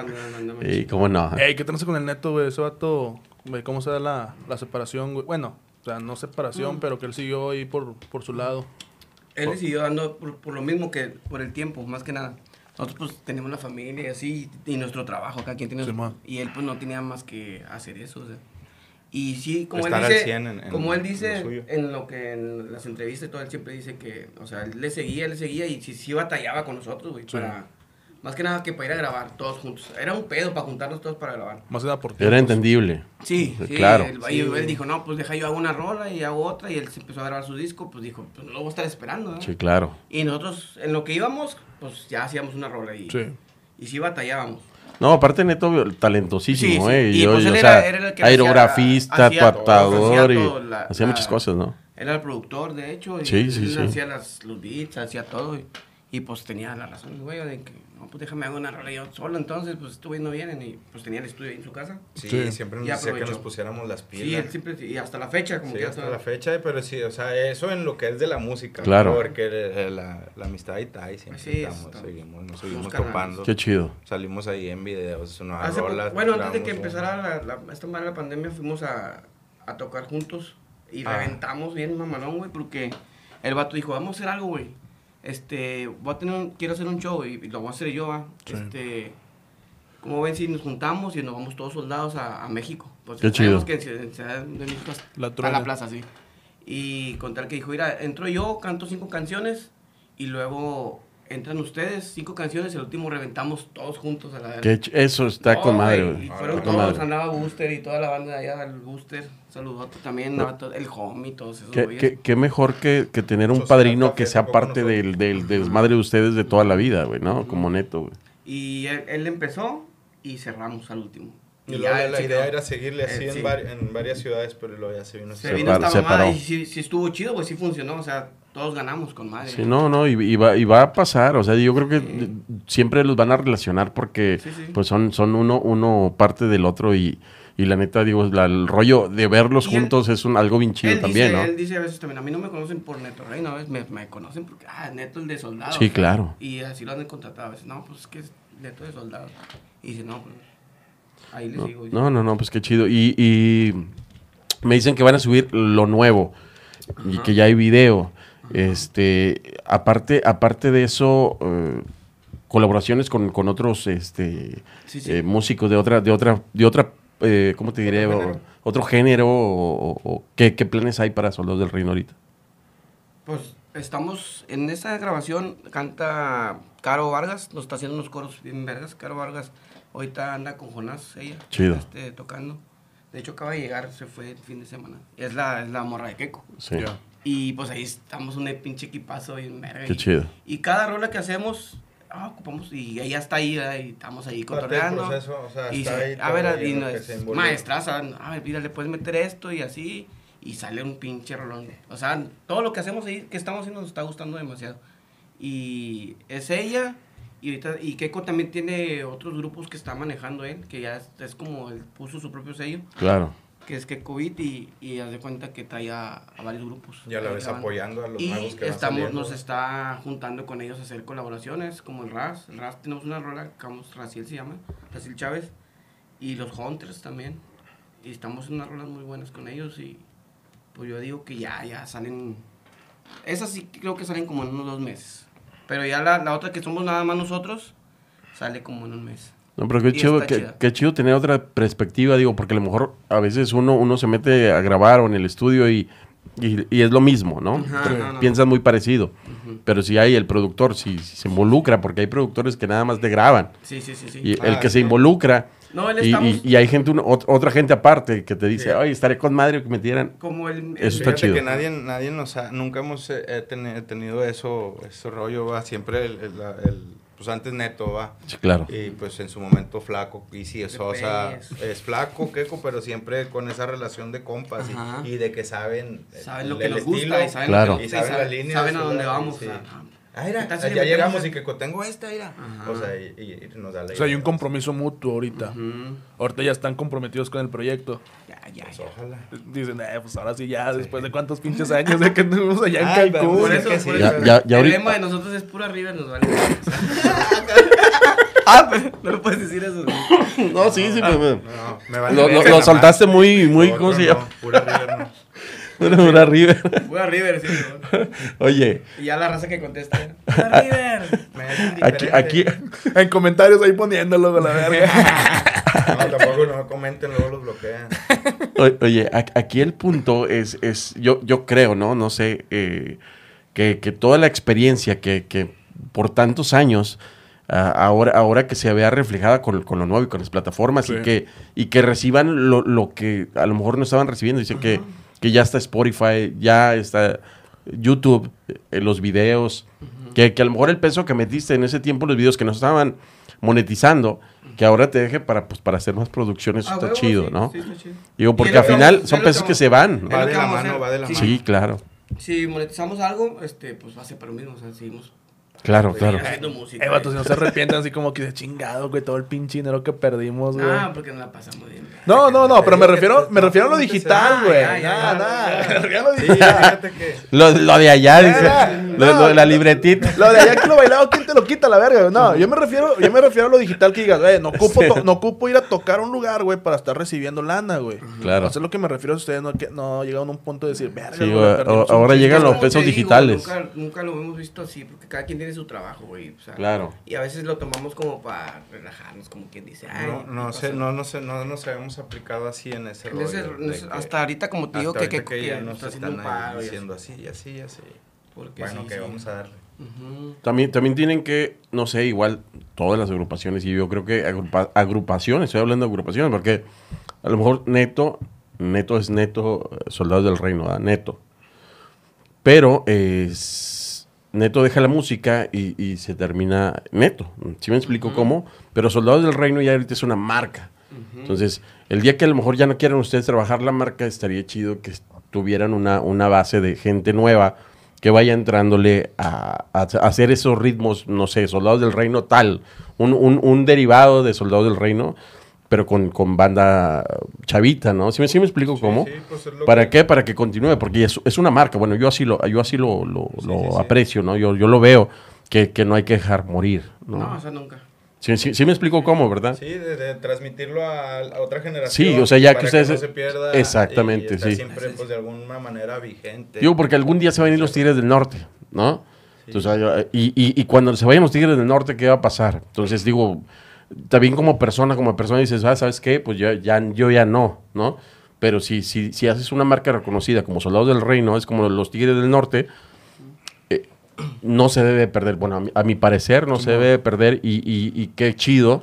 S2: Y cómo no.
S1: Ey, ¿qué tranza con el neto, güey? Ese vato, güey, ¿cómo se da la, la separación, güey? Bueno, o sea, no separación,
S3: Mm.
S1: pero que él siguió ahí por, por su lado.
S3: Oh.
S4: Él decidió dando por, por lo mismo que por el tiempo, más que nada. Nosotros pues tenemos la familia y así, y nuestro trabajo, cada quien tiene su...
S1: Simón.
S4: Y él pues no tenía más que hacer eso, o sea. Y sí, como
S3: Estar al
S4: él dice,
S3: 100 en- en
S4: como él
S3: lo
S4: dice
S3: suyo.
S4: en lo que en las entrevistas y todo, él siempre dice que, o sea, él le seguía, le seguía y sí, sí batallaba con nosotros, güey, para... Más que nada que para ir a grabar todos juntos. Era un pedo para juntarnos todos para grabar.
S1: Más que nada por ti.
S3: pues.
S2: Era entendible.
S4: Sí,
S2: Sí,
S4: sí,
S2: claro.
S4: Él, y él dijo, no, pues deja yo hago una rola y hago otra. Y él se empezó a grabar su disco, pues dijo, pues no lo voy a estar esperando. ¿no?
S2: Sí, claro.
S4: Y nosotros, en lo que íbamos, pues ya hacíamos una rola y,
S1: Sí.
S4: y sí batallábamos.
S2: No, aparte Neto, talentosísimo,
S4: Sí, sí.
S2: ¿eh?
S4: Y,
S2: Y, yo-
S4: pues,
S2: yo,
S4: él
S2: o
S4: era-
S2: sea,
S4: era el que
S2: aerografía,
S4: hacía- hacía todo,
S2: tatuador
S4: hacía
S2: y
S4: todo, la-
S2: hacía
S4: la-
S2: muchas cosas, ¿no?
S4: Era el productor, de hecho. Y
S2: Sí, sí,
S4: él
S2: sí.
S4: Hacía las, los beats, hacía todo. Y, y, pues tenía la razón, güey, de que, no, pues déjame hago una rola yo solo. Entonces, pues estuve y no vienen. Y pues tenía el estudio ahí en su casa.
S3: Sí,
S1: Sí.
S3: siempre nos
S4: Ya
S3: decía que
S4: aprovechó.
S3: nos pusiéramos las pilas.
S4: Sí, él siempre, y hasta la fecha, como
S3: Sí,
S4: que
S3: hasta la fecha, pero sí, o sea, eso en lo que es de la música.
S2: Claro.
S3: Porque eh, la, la amistad ahí está, ahí siempre
S4: Así es,
S3: estamos,
S4: está.
S3: seguimos, nos
S4: Los
S3: seguimos
S4: canales.
S3: topando.
S2: Qué chido.
S3: Salimos ahí en videos, unas
S4: Hace po-
S3: rolas.
S4: bueno, antes de que
S3: grabamos un-
S4: empezara la, la- esta madre de la pandemia, fuimos a, a tocar juntos y
S3: Ah.
S4: reventamos bien mamalón, güey, porque el vato dijo, vamos a hacer algo, güey. Este, voy a tener un- quiero hacer un show y, y lo voy a hacer yo, va. Este, como ven, si nos juntamos y nos vamos todos soldados a, a México. Pues
S2: Qué chido.
S4: sabemos que en Ciudad en Ciudad de México hasta-
S1: La
S4: a
S1: truena.
S4: la plaza, sí. Y contar que dijo, mira, entro yo, canto cinco canciones y luego entran ustedes cinco canciones y el último reventamos todos juntos a la verga.
S2: Qué ch- Eso está
S4: No,
S2: con madre,
S4: güey,
S2: güey.
S4: y
S3: Ah,
S4: Fueron
S2: Está
S4: todos,
S2: con madre.
S4: andaba Booster y toda la banda de allá, el Booster, saludote también, a to- el homie, todos esos
S2: Qué,
S4: güeyes.
S2: qué- qué mejor que, que tener un
S3: Socio,
S2: padrino
S3: café,
S2: que sea
S3: tocó
S2: parte
S3: con
S2: del, del desmadre de ustedes de toda la vida, güey, ¿no? Como Neto, güey.
S4: Y él, él empezó y cerramos al último.
S3: Y luego ya
S4: él
S3: la
S4: se
S3: idea
S4: quedó.
S3: era seguirle así
S4: Eh,
S3: en,
S4: sí.
S3: vari- en varias ciudades, pero luego ya se vino
S4: Se
S2: Se
S3: así.
S4: vino
S2: paró,
S4: esta
S2: se
S4: mamada
S2: paró.
S4: y sí, sí estuvo chido, pues sí funcionó, o sea, todos ganamos con madre.
S2: Sí, no, no, y, y va, y va a pasar, o sea, yo creo que eh, siempre los van a relacionar porque
S4: Sí, sí.
S2: pues son, son uno, uno parte del otro y, y la neta, digo, la- el rollo de verlos
S4: Y él-
S2: juntos es un, algo bien chido
S4: él
S2: también,
S4: dice,
S2: ¿no?
S4: Él dice a veces también, a mí no me conocen por Neto Rey, no, es- me, me conocen porque, ah, Neto el de soldado.
S2: Sí, claro.
S4: Y así lo han contratado a veces, no, pues es que es Neto de soldado. Y dice, no, pues ahí les digo.
S2: No, no, no, pues qué chido. Y, y me dicen que van a subir lo nuevo y que ya hay video. Este, aparte, aparte de eso, eh, colaboraciones con, con otros este,
S4: Sí, sí.
S2: eh, músicos de otra, de otra, de otra, eh, ¿cómo te diré?
S3: Otro
S2: O-
S3: género.
S2: Otro género o, o- o ¿qué, qué planes hay para Soldados del Reino ahorita.
S4: Pues estamos en esa grabación, canta Caro Vargas, nos está haciendo unos coros bien vergas. Caro Vargas ahorita anda con Jonás, ella,
S2: Chido.
S4: este, tocando. De hecho, acaba de llegar, se fue el fin de semana. Es la, es la morra de Keiko.
S2: Sí.
S1: Ya.
S4: Y pues ahí estamos un pinche equipazo bien verga.
S2: Qué
S4: y,
S2: chido.
S4: Y cada rola que hacemos, ah, ocupamos, y ella está ahí, ¿verdad? y estamos ahí
S3: Parte del
S4: cotorreando.
S3: proceso, o sea,
S4: y
S3: está
S4: se-
S3: ahí
S4: a
S3: todo
S4: ver,
S3: ahí
S4: y
S3: en lo
S4: no
S3: que
S4: es
S3: se involucra.
S4: maestraza, a ver, mira, le puedes meter esto y así, y sale un pinche rolón. O sea, todo lo que hacemos ahí, que estamos haciendo, nos está gustando demasiado. Y es ella, y ahorita, y Keiko también tiene otros grupos que está manejando él, que ya es, es como él puso su propio sello,
S2: Claro.
S4: que es que COVID y, y haz de cuenta que trae a, a varios grupos.
S3: Y a la
S4: Ahí
S3: vez
S4: grabando.
S3: apoyando a los
S4: Y
S3: nuevos que van
S4: estamos,
S3: saliendo.
S4: nos está juntando con ellos a hacer colaboraciones, como el Raz. El Raz tenemos una rola que acabamos, Raciel se llama, Raciel Chávez, y los Hunters también. Y estamos en unas rolas muy buenas con ellos y pues yo digo que ya, ya salen, esas sí creo que salen como en unos dos meses. Pero ya la, la otra que somos nada más nosotros, sale como en un mes.
S2: No, pero qué
S4: Y
S2: chido,
S4: está
S2: qué,
S4: chida.
S2: qué chido tener otra perspectiva, digo, porque a lo mejor a veces uno, uno se mete a grabar o en el estudio y, y- y es lo mismo, ¿no?
S4: Ajá,
S2: Pero
S4: no, no,
S2: Piensas muy parecido. Pero si hay el productor, si, si se involucra, porque hay productores que nada más te graban.
S4: Sí, sí, sí, sí.
S2: Y
S3: Ah,
S2: el que se
S3: sí.
S2: involucra.
S4: No, él
S2: y,
S4: estamos-
S2: y- y hay gente, uno- ot- otra gente aparte que te
S3: Sí.
S2: dice, ay, estaré con madre que me dieran.
S4: como el, el-
S2: Eso está
S3: Fíjate
S2: chido.
S3: que nadie, nadie nos ha, nunca hemos eh, eh, teni- tenido eso, ese rollo, va, siempre el, el- la- el- pues antes neto, va.
S2: Sí, claro.
S3: Y pues en su momento flaco, y sí, o sea,
S4: Depende.
S3: es flaco, queco, pero siempre con esa relación de compas
S4: Ajá.
S3: y, y de que saben, eh,
S4: saben lo que
S3: el
S4: nos
S3: estilo,
S4: gusta y saben
S2: Claro.
S4: lo que
S3: y
S4: nos gusta
S3: saben
S4: y
S3: la
S4: saben,
S3: línea.
S4: saben a
S3: su-
S4: dónde
S3: la-
S4: vamos.
S3: sí.
S4: o sea,
S3: Ah, mira,
S4: ¿Qué tal si le
S3: ya
S4: metemos
S3: llegamos y
S4: el-
S3: que tengo esta, mira.
S4: Ajá.
S3: O sea, y, y- y nos da la
S1: O sea, hay un
S3: idea.
S1: compromiso mutuo ahorita.
S4: mm,
S1: Ahorita ya están comprometidos con el proyecto.
S4: ya, ya,
S3: Pues
S4: ya.
S3: ojalá.
S1: Dicen, eh, pues ahora sí ya, después de cuántos pinches años de que anduvimos allá en
S3: Ay,
S1: Cancún.
S4: Por
S3: Sí,
S4: eso,
S3: que sí,
S4: por
S2: ya-
S4: eso.
S2: ya- ya
S4: el
S2: ahorita-
S4: lema de nosotros es pura River, nos vale. ah, pero no lo puedes decir eso. Ah,
S2: No, sí, sí,
S3: No,
S2: pero-
S3: me Ah, vale
S2: Lo, lo-
S3: verga
S2: lo
S3: la
S2: soltaste
S3: madre.
S2: muy, muy,
S3: Lo
S2: ¿cómo
S3: otro
S2: se llama?
S3: no, pura River, no.
S2: Una River.
S4: Pura River, sí. pero-
S2: Oye,
S4: Y ya la raza que contesta. Pura River.
S3: Me es
S2: aquí,
S3: indiferente.
S2: aquí,
S1: En comentarios ahí poniéndolo, con la verga.
S3: No, tampoco no comenten, luego los bloquean.
S2: O- Oye, a- aquí el punto es, es yo, yo creo, ¿no? No sé, eh, que, que toda la experiencia que, que por tantos años, ah, ahora, ahora que se vea reflejada con, con lo nuevo y con las plataformas
S1: Sí.
S2: y, que, y que reciban lo, lo que a lo mejor no estaban recibiendo. Dice que, que ya está Spotify, ya está YouTube, eh, los videos, que, que a lo mejor el peso que metiste en ese tiempo, los videos que no estaban monetizando, que ahora te deje para, pues, para hacer más producciones,
S4: Ah,
S2: está
S4: huevo,
S2: chido,
S4: sí,
S2: ¿no?
S4: sí, está chido.
S2: Digo,
S4: Y
S2: porque
S4: es lo
S2: al
S4: que
S2: final
S4: vamos-
S2: son
S4: es lo que
S2: pesos que
S4: vamos-
S2: se van. ¿no?
S4: es lo
S3: Va
S4: que
S3: de la
S4: vamos a
S3: mano,
S4: hacer.
S3: va de la
S4: Sí,
S3: mano.
S2: Sí, claro.
S4: Si monetizamos algo, este, pues va a ser para lo mismo. O sea, seguimos
S2: Claro, Pues claro.
S4: haciendo música.
S1: Eh, vato, si no se arrepientan, así como que de chingado, güey, todo el pinche dinero que perdimos, güey.
S4: Ah, porque no la pasamos bien.
S1: No, no, no, pero me
S3: Es que
S1: refiero,
S3: te-
S1: me refiero a lo
S3: te-
S1: digital,
S4: te-
S1: güey.
S4: Ah, ya,
S1: Nada, nada.
S4: ya, ya.
S1: Me refiero a lo
S3: Sí,
S1: digital.
S3: fíjate que.
S2: Lo, lo de allá, dice.
S1: no,
S2: Lo, lo de la
S1: no.
S2: libretita.
S1: Lo de allá que lo bailado, ¿quién te lo quita la verga? güey? No, yo me refiero, yo me refiero a lo digital que digas, eh, no ocupo, to- no ocupo ir a tocar a un lugar, güey, para estar recibiendo lana, güey.
S2: Claro.
S1: Eso es lo que me refiero a ustedes, no, que, no llegaron a un punto de decir, verga,
S2: Sí,
S1: güey,
S2: güey,
S1: perdimos
S2: o-
S1: un
S2: ahora
S1: chingo".
S2: llegan los
S4: Como te
S2: pesos
S4: digo,
S2: digitales.
S4: Nunca, nunca lo hemos visto así, porque cada quien tiene su trabajo, güey. o sea,
S2: Claro.
S4: Y a veces lo tomamos como para relajarnos, como quien dice, ay,
S3: No, no,
S4: sé,
S3: sé, no, no, sé, no nos habíamos aplicado así en ese rollo. de que-
S4: hasta ahorita, como te
S3: hasta
S4: digo, que, que,
S3: ahorita que ya
S4: que
S3: nos
S4: está haciendo
S3: están
S4: un paro
S3: ahí
S4: y
S3: diciendo así, y así, y así.
S4: así, porque
S3: Bueno,
S4: sí,
S3: que
S4: sí.
S3: vamos a darle.
S4: Ujú.
S2: También, también tienen que, no sé, igual todas las agrupaciones, y yo creo que agrupa- agrupaciones, estoy hablando de agrupaciones, porque a lo mejor neto, neto es neto, eh, soldados del reino, ¿verdad? neto. Pero eh, s- neto deja la música y, y se termina neto. ¿Sí me explico cómo? Pero soldados del reino ya ahorita es una marca. Entonces, el día que a lo mejor ya no quieran ustedes trabajar la marca, estaría chido que tuvieran una, una base de gente nueva que vaya entrándole a, a hacer esos ritmos, no sé, Soldados del Reino tal, un, un- un derivado de Soldados del Reino, pero con, con banda chavita, ¿no? ¿Sí me, sí me explico cómo?
S3: sí, pues es lo
S2: ¿Para
S3: que-
S2: qué? Para que continúe, porque es, es una marca. Bueno, yo así lo, yo así lo, lo, lo aprecio, ¿no? Yo, yo lo veo, que, que no hay que dejar morir, ¿no?
S4: No, o sea, nunca.
S2: sí, sí- sí me explico cómo, ¿verdad?
S3: Sí, de, de transmitirlo a, a otra generación.
S2: Ah. Sí, o sea, ya
S3: para
S2: que ustedes-
S3: no se pierda.
S2: Exactamente,
S3: y está
S2: sí.
S3: siempre, pues, de alguna manera vigente.
S2: Digo, porque algún día se van a ir los Tigres del Norte, ¿no? Entonces, ay, ay, y, y- y cuando se vayan los Tigres del Norte, ¿qué va a pasar? Entonces, digo, también como persona, como persona dices, ah, ¿sabes qué? Pues ya, ya, yo ya no, ¿no? Pero si, si, si haces una marca reconocida como Soldados del Reino, es como los Tigres del Norte, eh, no se debe perder. Bueno, a mi, a mi parecer, no se debe perder. Y, y- y qué chido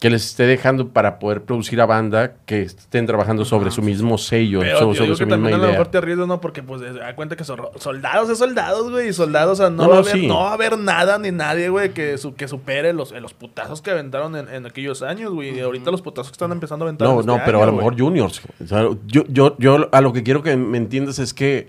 S2: que les esté dejando para poder producir a banda que estén trabajando sobre su mismo sello,
S1: Pero
S2: sobre,
S1: yo
S2: sobre
S1: digo
S2: su
S1: que
S2: misma
S1: también a lo
S2: idea.
S1: mejor te arriesgas, ¿no? Porque pues se da cuenta que son ro- soldados es soldados, güey. Y soldados, o sea, no,
S2: No,
S1: va, a
S2: no,
S1: haber,
S2: sí.
S1: no va a haber nada ni nadie, güey, que, su- que supere los, eh, los putazos que aventaron en, en aquellos años, güey. Y ahorita los putazos que están empezando a aventar. en
S2: No,
S1: este
S2: no, pero a lo
S1: año,
S2: mejor
S1: güey.
S2: juniors. O sea, yo, yo, yo a lo que quiero que me entiendas es que,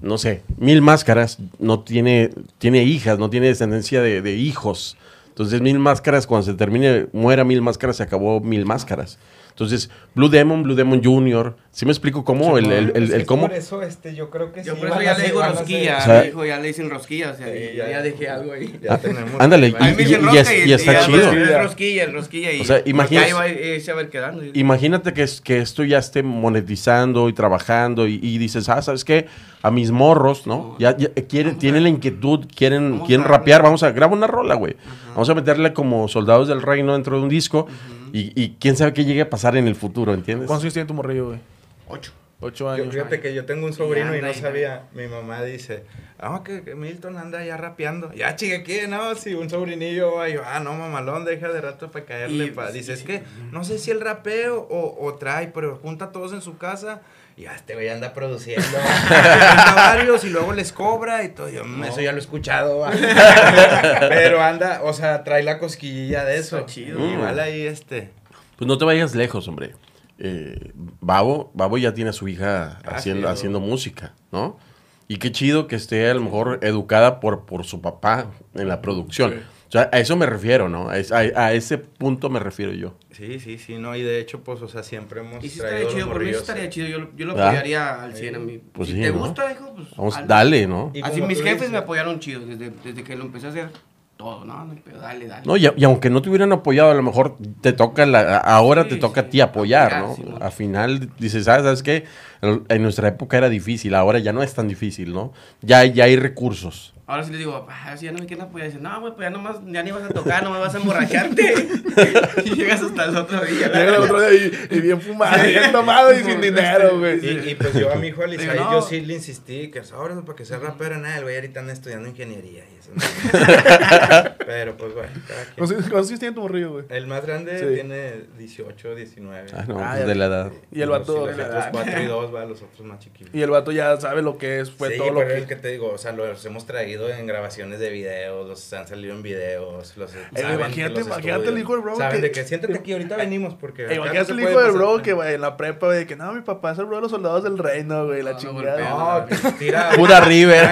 S2: no sé, Mil Máscaras no tiene, tiene hijas, no tiene descendencia de, de hijos. Entonces, Mil Máscaras, cuando se termine, muera Mil Máscaras, se acabó Mil Máscaras. Entonces, Blue Demon, Blue Demon Junior. ¿Sí me explico cómo? El, el, el-
S6: Es
S2: el
S6: que es
S2: cómo.
S6: Por eso, este, yo creo que
S4: Yo
S6: sí
S4: por eso
S6: van
S4: ya
S6: a
S4: le
S6: ser-
S4: digo
S6: van a ser-
S4: rosquilla,
S2: O sea-
S4: mi hijo ya le dicen rosquilla, o sea,
S3: Sí,
S4: ya,
S3: ya.
S4: ya dejé algo ahí.
S3: Ya tenemos-
S2: Ah, ándale,
S4: A mí me
S2: Y-
S4: dicen
S2: y- y
S4: rosca este,
S2: es- y está
S4: ya,
S2: chido.
S4: Es rosquilla, es rosquilla. Y,
S2: O sea, imagínate-
S4: y ahí va eh, se va a ir quedando. Y-
S2: Imagínate que, es- que esto ya esté monetizando y trabajando y, y dices, ah, ¿sabes qué? A mis morros, ¿no? Ya, ya quieren, tienen la inquietud, quieren,
S4: Vamos
S2: quieren
S4: a-
S2: rapear, vamos a grabar una rola, güey. Vamos a meterle como soldados del reino dentro de un disco y, y quién sabe qué llegue a pasar en el futuro, ¿entiendes?
S1: ¿Cuántos años tiene tu morrillo, güey?
S4: Ocho.
S1: Ocho
S3: Yo,
S1: años.
S3: fíjate que yo tengo un sobrino
S4: Ya
S3: y no
S4: anda, ya
S3: sabía. Mi mamá dice, ah, que, que Milton anda ya rapeando. Ya, chica, ¿qué? No, si un sobrinillo va y yo, ah, no, mamalón, deja de rato para caerle.
S4: Y- pues,
S3: pa".
S4: sí.
S3: Dice, es que no sé si el rapeo o, o trae, pero junta a todos en su casa. Y ya este güey anda produciendo. Junta varios y luego les cobra y todo. Yo, "Mm, Eso ya lo he escuchado. va". pero anda, o sea, trae la cosquillilla de eso.
S4: Está chido.
S3: Igual ahí este.
S2: Pues no te vayas lejos, hombre. Eh, Babo, Babo ya tiene a su hija
S3: Ah,
S2: haciendo,
S3: sí,
S2: haciendo música, ¿no? Y qué chido que esté a lo mejor educada por, por su papá en la producción. O sea, a eso me refiero, ¿no? A, es- a- a ese punto me refiero yo.
S3: Sí, sí, sí, no, y de hecho, pues, o sea, siempre hemos
S4: Y si
S3: traído
S4: estaría
S3: los eh,
S4: chido, por mí sí
S3: morrillos.
S4: estaría chido. Yo, lo- yo lo
S2: ¿Verdad?
S4: apoyaría al 100 a mí.
S2: Pues
S4: si
S2: sí,
S4: te
S2: ¿no?
S4: gusta, hijo, pues.
S2: Vamos,
S4: hazlo.
S2: dale, ¿no?
S3: Y
S4: Así
S3: como
S4: mis
S3: tú
S4: jefes
S3: dices-
S4: me apoyaron chido desde, desde que lo empecé a hacer. Todo, no, no, hay pedo, dale, dale.
S2: No, y, a- y aunque no te hubieran apoyado, a lo mejor te toca la, a- ahora
S4: Sí,
S2: te toca
S4: sí.
S2: a ti apoyar,
S4: Apoyar,
S2: ¿no?
S4: sí, bueno.
S2: Al final dices, ah, ¿sabes qué? El- En nuestra época era difícil, ahora ya no es tan difícil, ¿no? Ya, ya hay recursos.
S4: Ahora sí les digo, papá, si ya no me quieren apoyar, dicen, no, güey, pues ya nomás, ya ni vas a tocar, no me vas a emborracharte. y llegas hasta el otro día.
S1: Llega el otro día y, y bien fumado, bien tomado y sin dinero, güey.
S3: Y, y, pues yo a mi hijo Alisay,
S4: Digo, no.
S3: yo sí le insistí que ahora para que sea rapero, nada, el güey ahorita anda estudiando ingeniería y eso. ¿no? Pero pues bueno, cada quien.
S1: ¿Cuántos cuántos años tiene tu morrillo, güey?
S3: El más grande
S1: Sí.
S3: tiene 18, 19.
S2: Ah, no,
S1: Ah,
S2: pues
S1: ya.
S2: de la edad.
S1: Y el vato,
S3: Los otros 4 y 2, va, los otros más chiquitos.
S1: y el vato ya sabe lo que es, fue
S3: sí,
S1: todo lo
S3: pero
S1: que...
S3: es que te digo, o sea, los hemos traído en grabaciones de videos, los han salido en videos, los saben de
S1: Eh, imagínate-
S3: los
S1: imagínate
S3: estudios,
S1: el hijo del bro
S3: Saben
S1: que-
S3: de que siéntate aquí, ahorita venimos porque... acá
S1: Ey,
S3: no
S1: Eh, Imagínate
S3: se
S1: el
S3: puede
S1: hijo del
S3: pasar
S1: bro
S3: tanto.
S1: que güey, en la prepa, güey, de que no, mi papá es el bro de los soldados del reino, güey, la
S4: No,
S1: chingada.
S4: golpea.
S3: No, que tira...
S2: Pura River.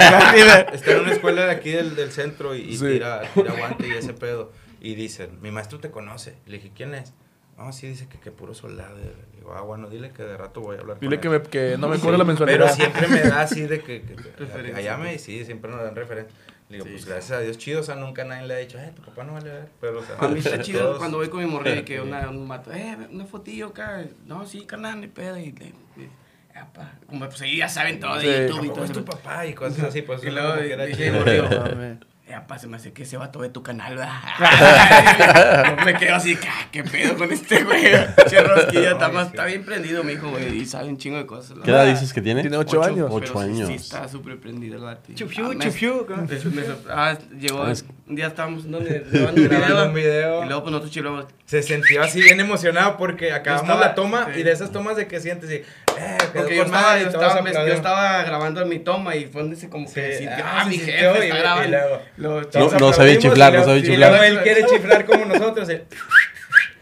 S3: Está en una escuela de aquí del, del centro y, y
S1: Sí.
S3: tira, tira guante y ese pedo. Y dicen, mi maestro te conoce. Le dije, ¿quién es? No, sí, dice que, que puro soldado. Le digo, ah, bueno, dile que de rato voy a hablar
S1: Dile
S3: con
S1: que,
S3: él".
S1: me- que no me cubre la
S3: Pero
S1: mensualidad.
S3: siempre me da así de que... que-
S4: Referencia.
S3: allá me, sí, siempre nos dan referencia. Le digo, pues gracias a Dios, chido. O sea, nunca nadie le ha dicho, eh, tu papá no vale ver. Pero, o sea,
S4: A mí está chido
S3: todos-
S4: cuando voy con mi morrillo y que una, un mato, eh, una fotillo acá. No, sí, carnal, ni pedo. Y, le- y- ah, pa. como pues ahí ya saben todo de
S1: Sí.
S4: YouTube y
S3: "¿Cómo
S4: todo
S3: es tu
S4: eso.
S3: papá? Y cosas así, pues.
S4: Y
S3: uno
S4: luego
S3: como que era
S4: dije,
S3: chido.
S4: morrillo,
S1: Mames.
S4: eh, pa, se me hace que se va a de tu canal, ¿verdad? Yo me quedo así, "Ah, ¿qué pedo con este güey? Che rosquilla, está, más- está bien prendido, mi hijo, güey. Y sabe un chingo de cosas. la
S2: ¿Qué edad
S4: verdad.
S2: dices que tiene?
S1: Tiene ocho años.
S2: Ocho
S4: pero sí-
S2: años.
S4: Sí, está súper prendido el vato.
S6: Chufiu,
S4: Ah, me-
S6: chufiu, ¿cómo?
S4: me- me sor- Ah, llegó.
S2: Ah, es-
S4: Un día estábamos donde, grabando un
S3: Grabando
S4: video,
S3: un video.
S4: Y luego, pues nosotros chiflamos.
S3: Se sintió así bien emocionado porque acabamos
S4: estaba-
S3: la toma
S4: sí.
S3: y de esas tomas de que sientes y, eh, quedó
S4: Porque yo
S3: con
S4: estaba,
S3: madre", y
S4: yo,
S3: todos
S4: estaba, me- yo
S3: aplaudieron.
S4: estaba grabando en mi toma y fue donde se como que
S3: Sí,
S4: sintió,
S3: ah,
S4: ah,
S3: se
S4: mi
S3: sintió,
S4: jefe
S3: y-
S4: está
S3: y
S4: grabando.
S3: luego-
S4: Lo-
S2: No,
S3: Todos
S2: no sabía
S3: aplaudimos y
S2: chiflar,
S3: luego-
S2: no sabía
S3: y
S2: chiflar.
S3: luego él quiere chiflar como nosotros. eh.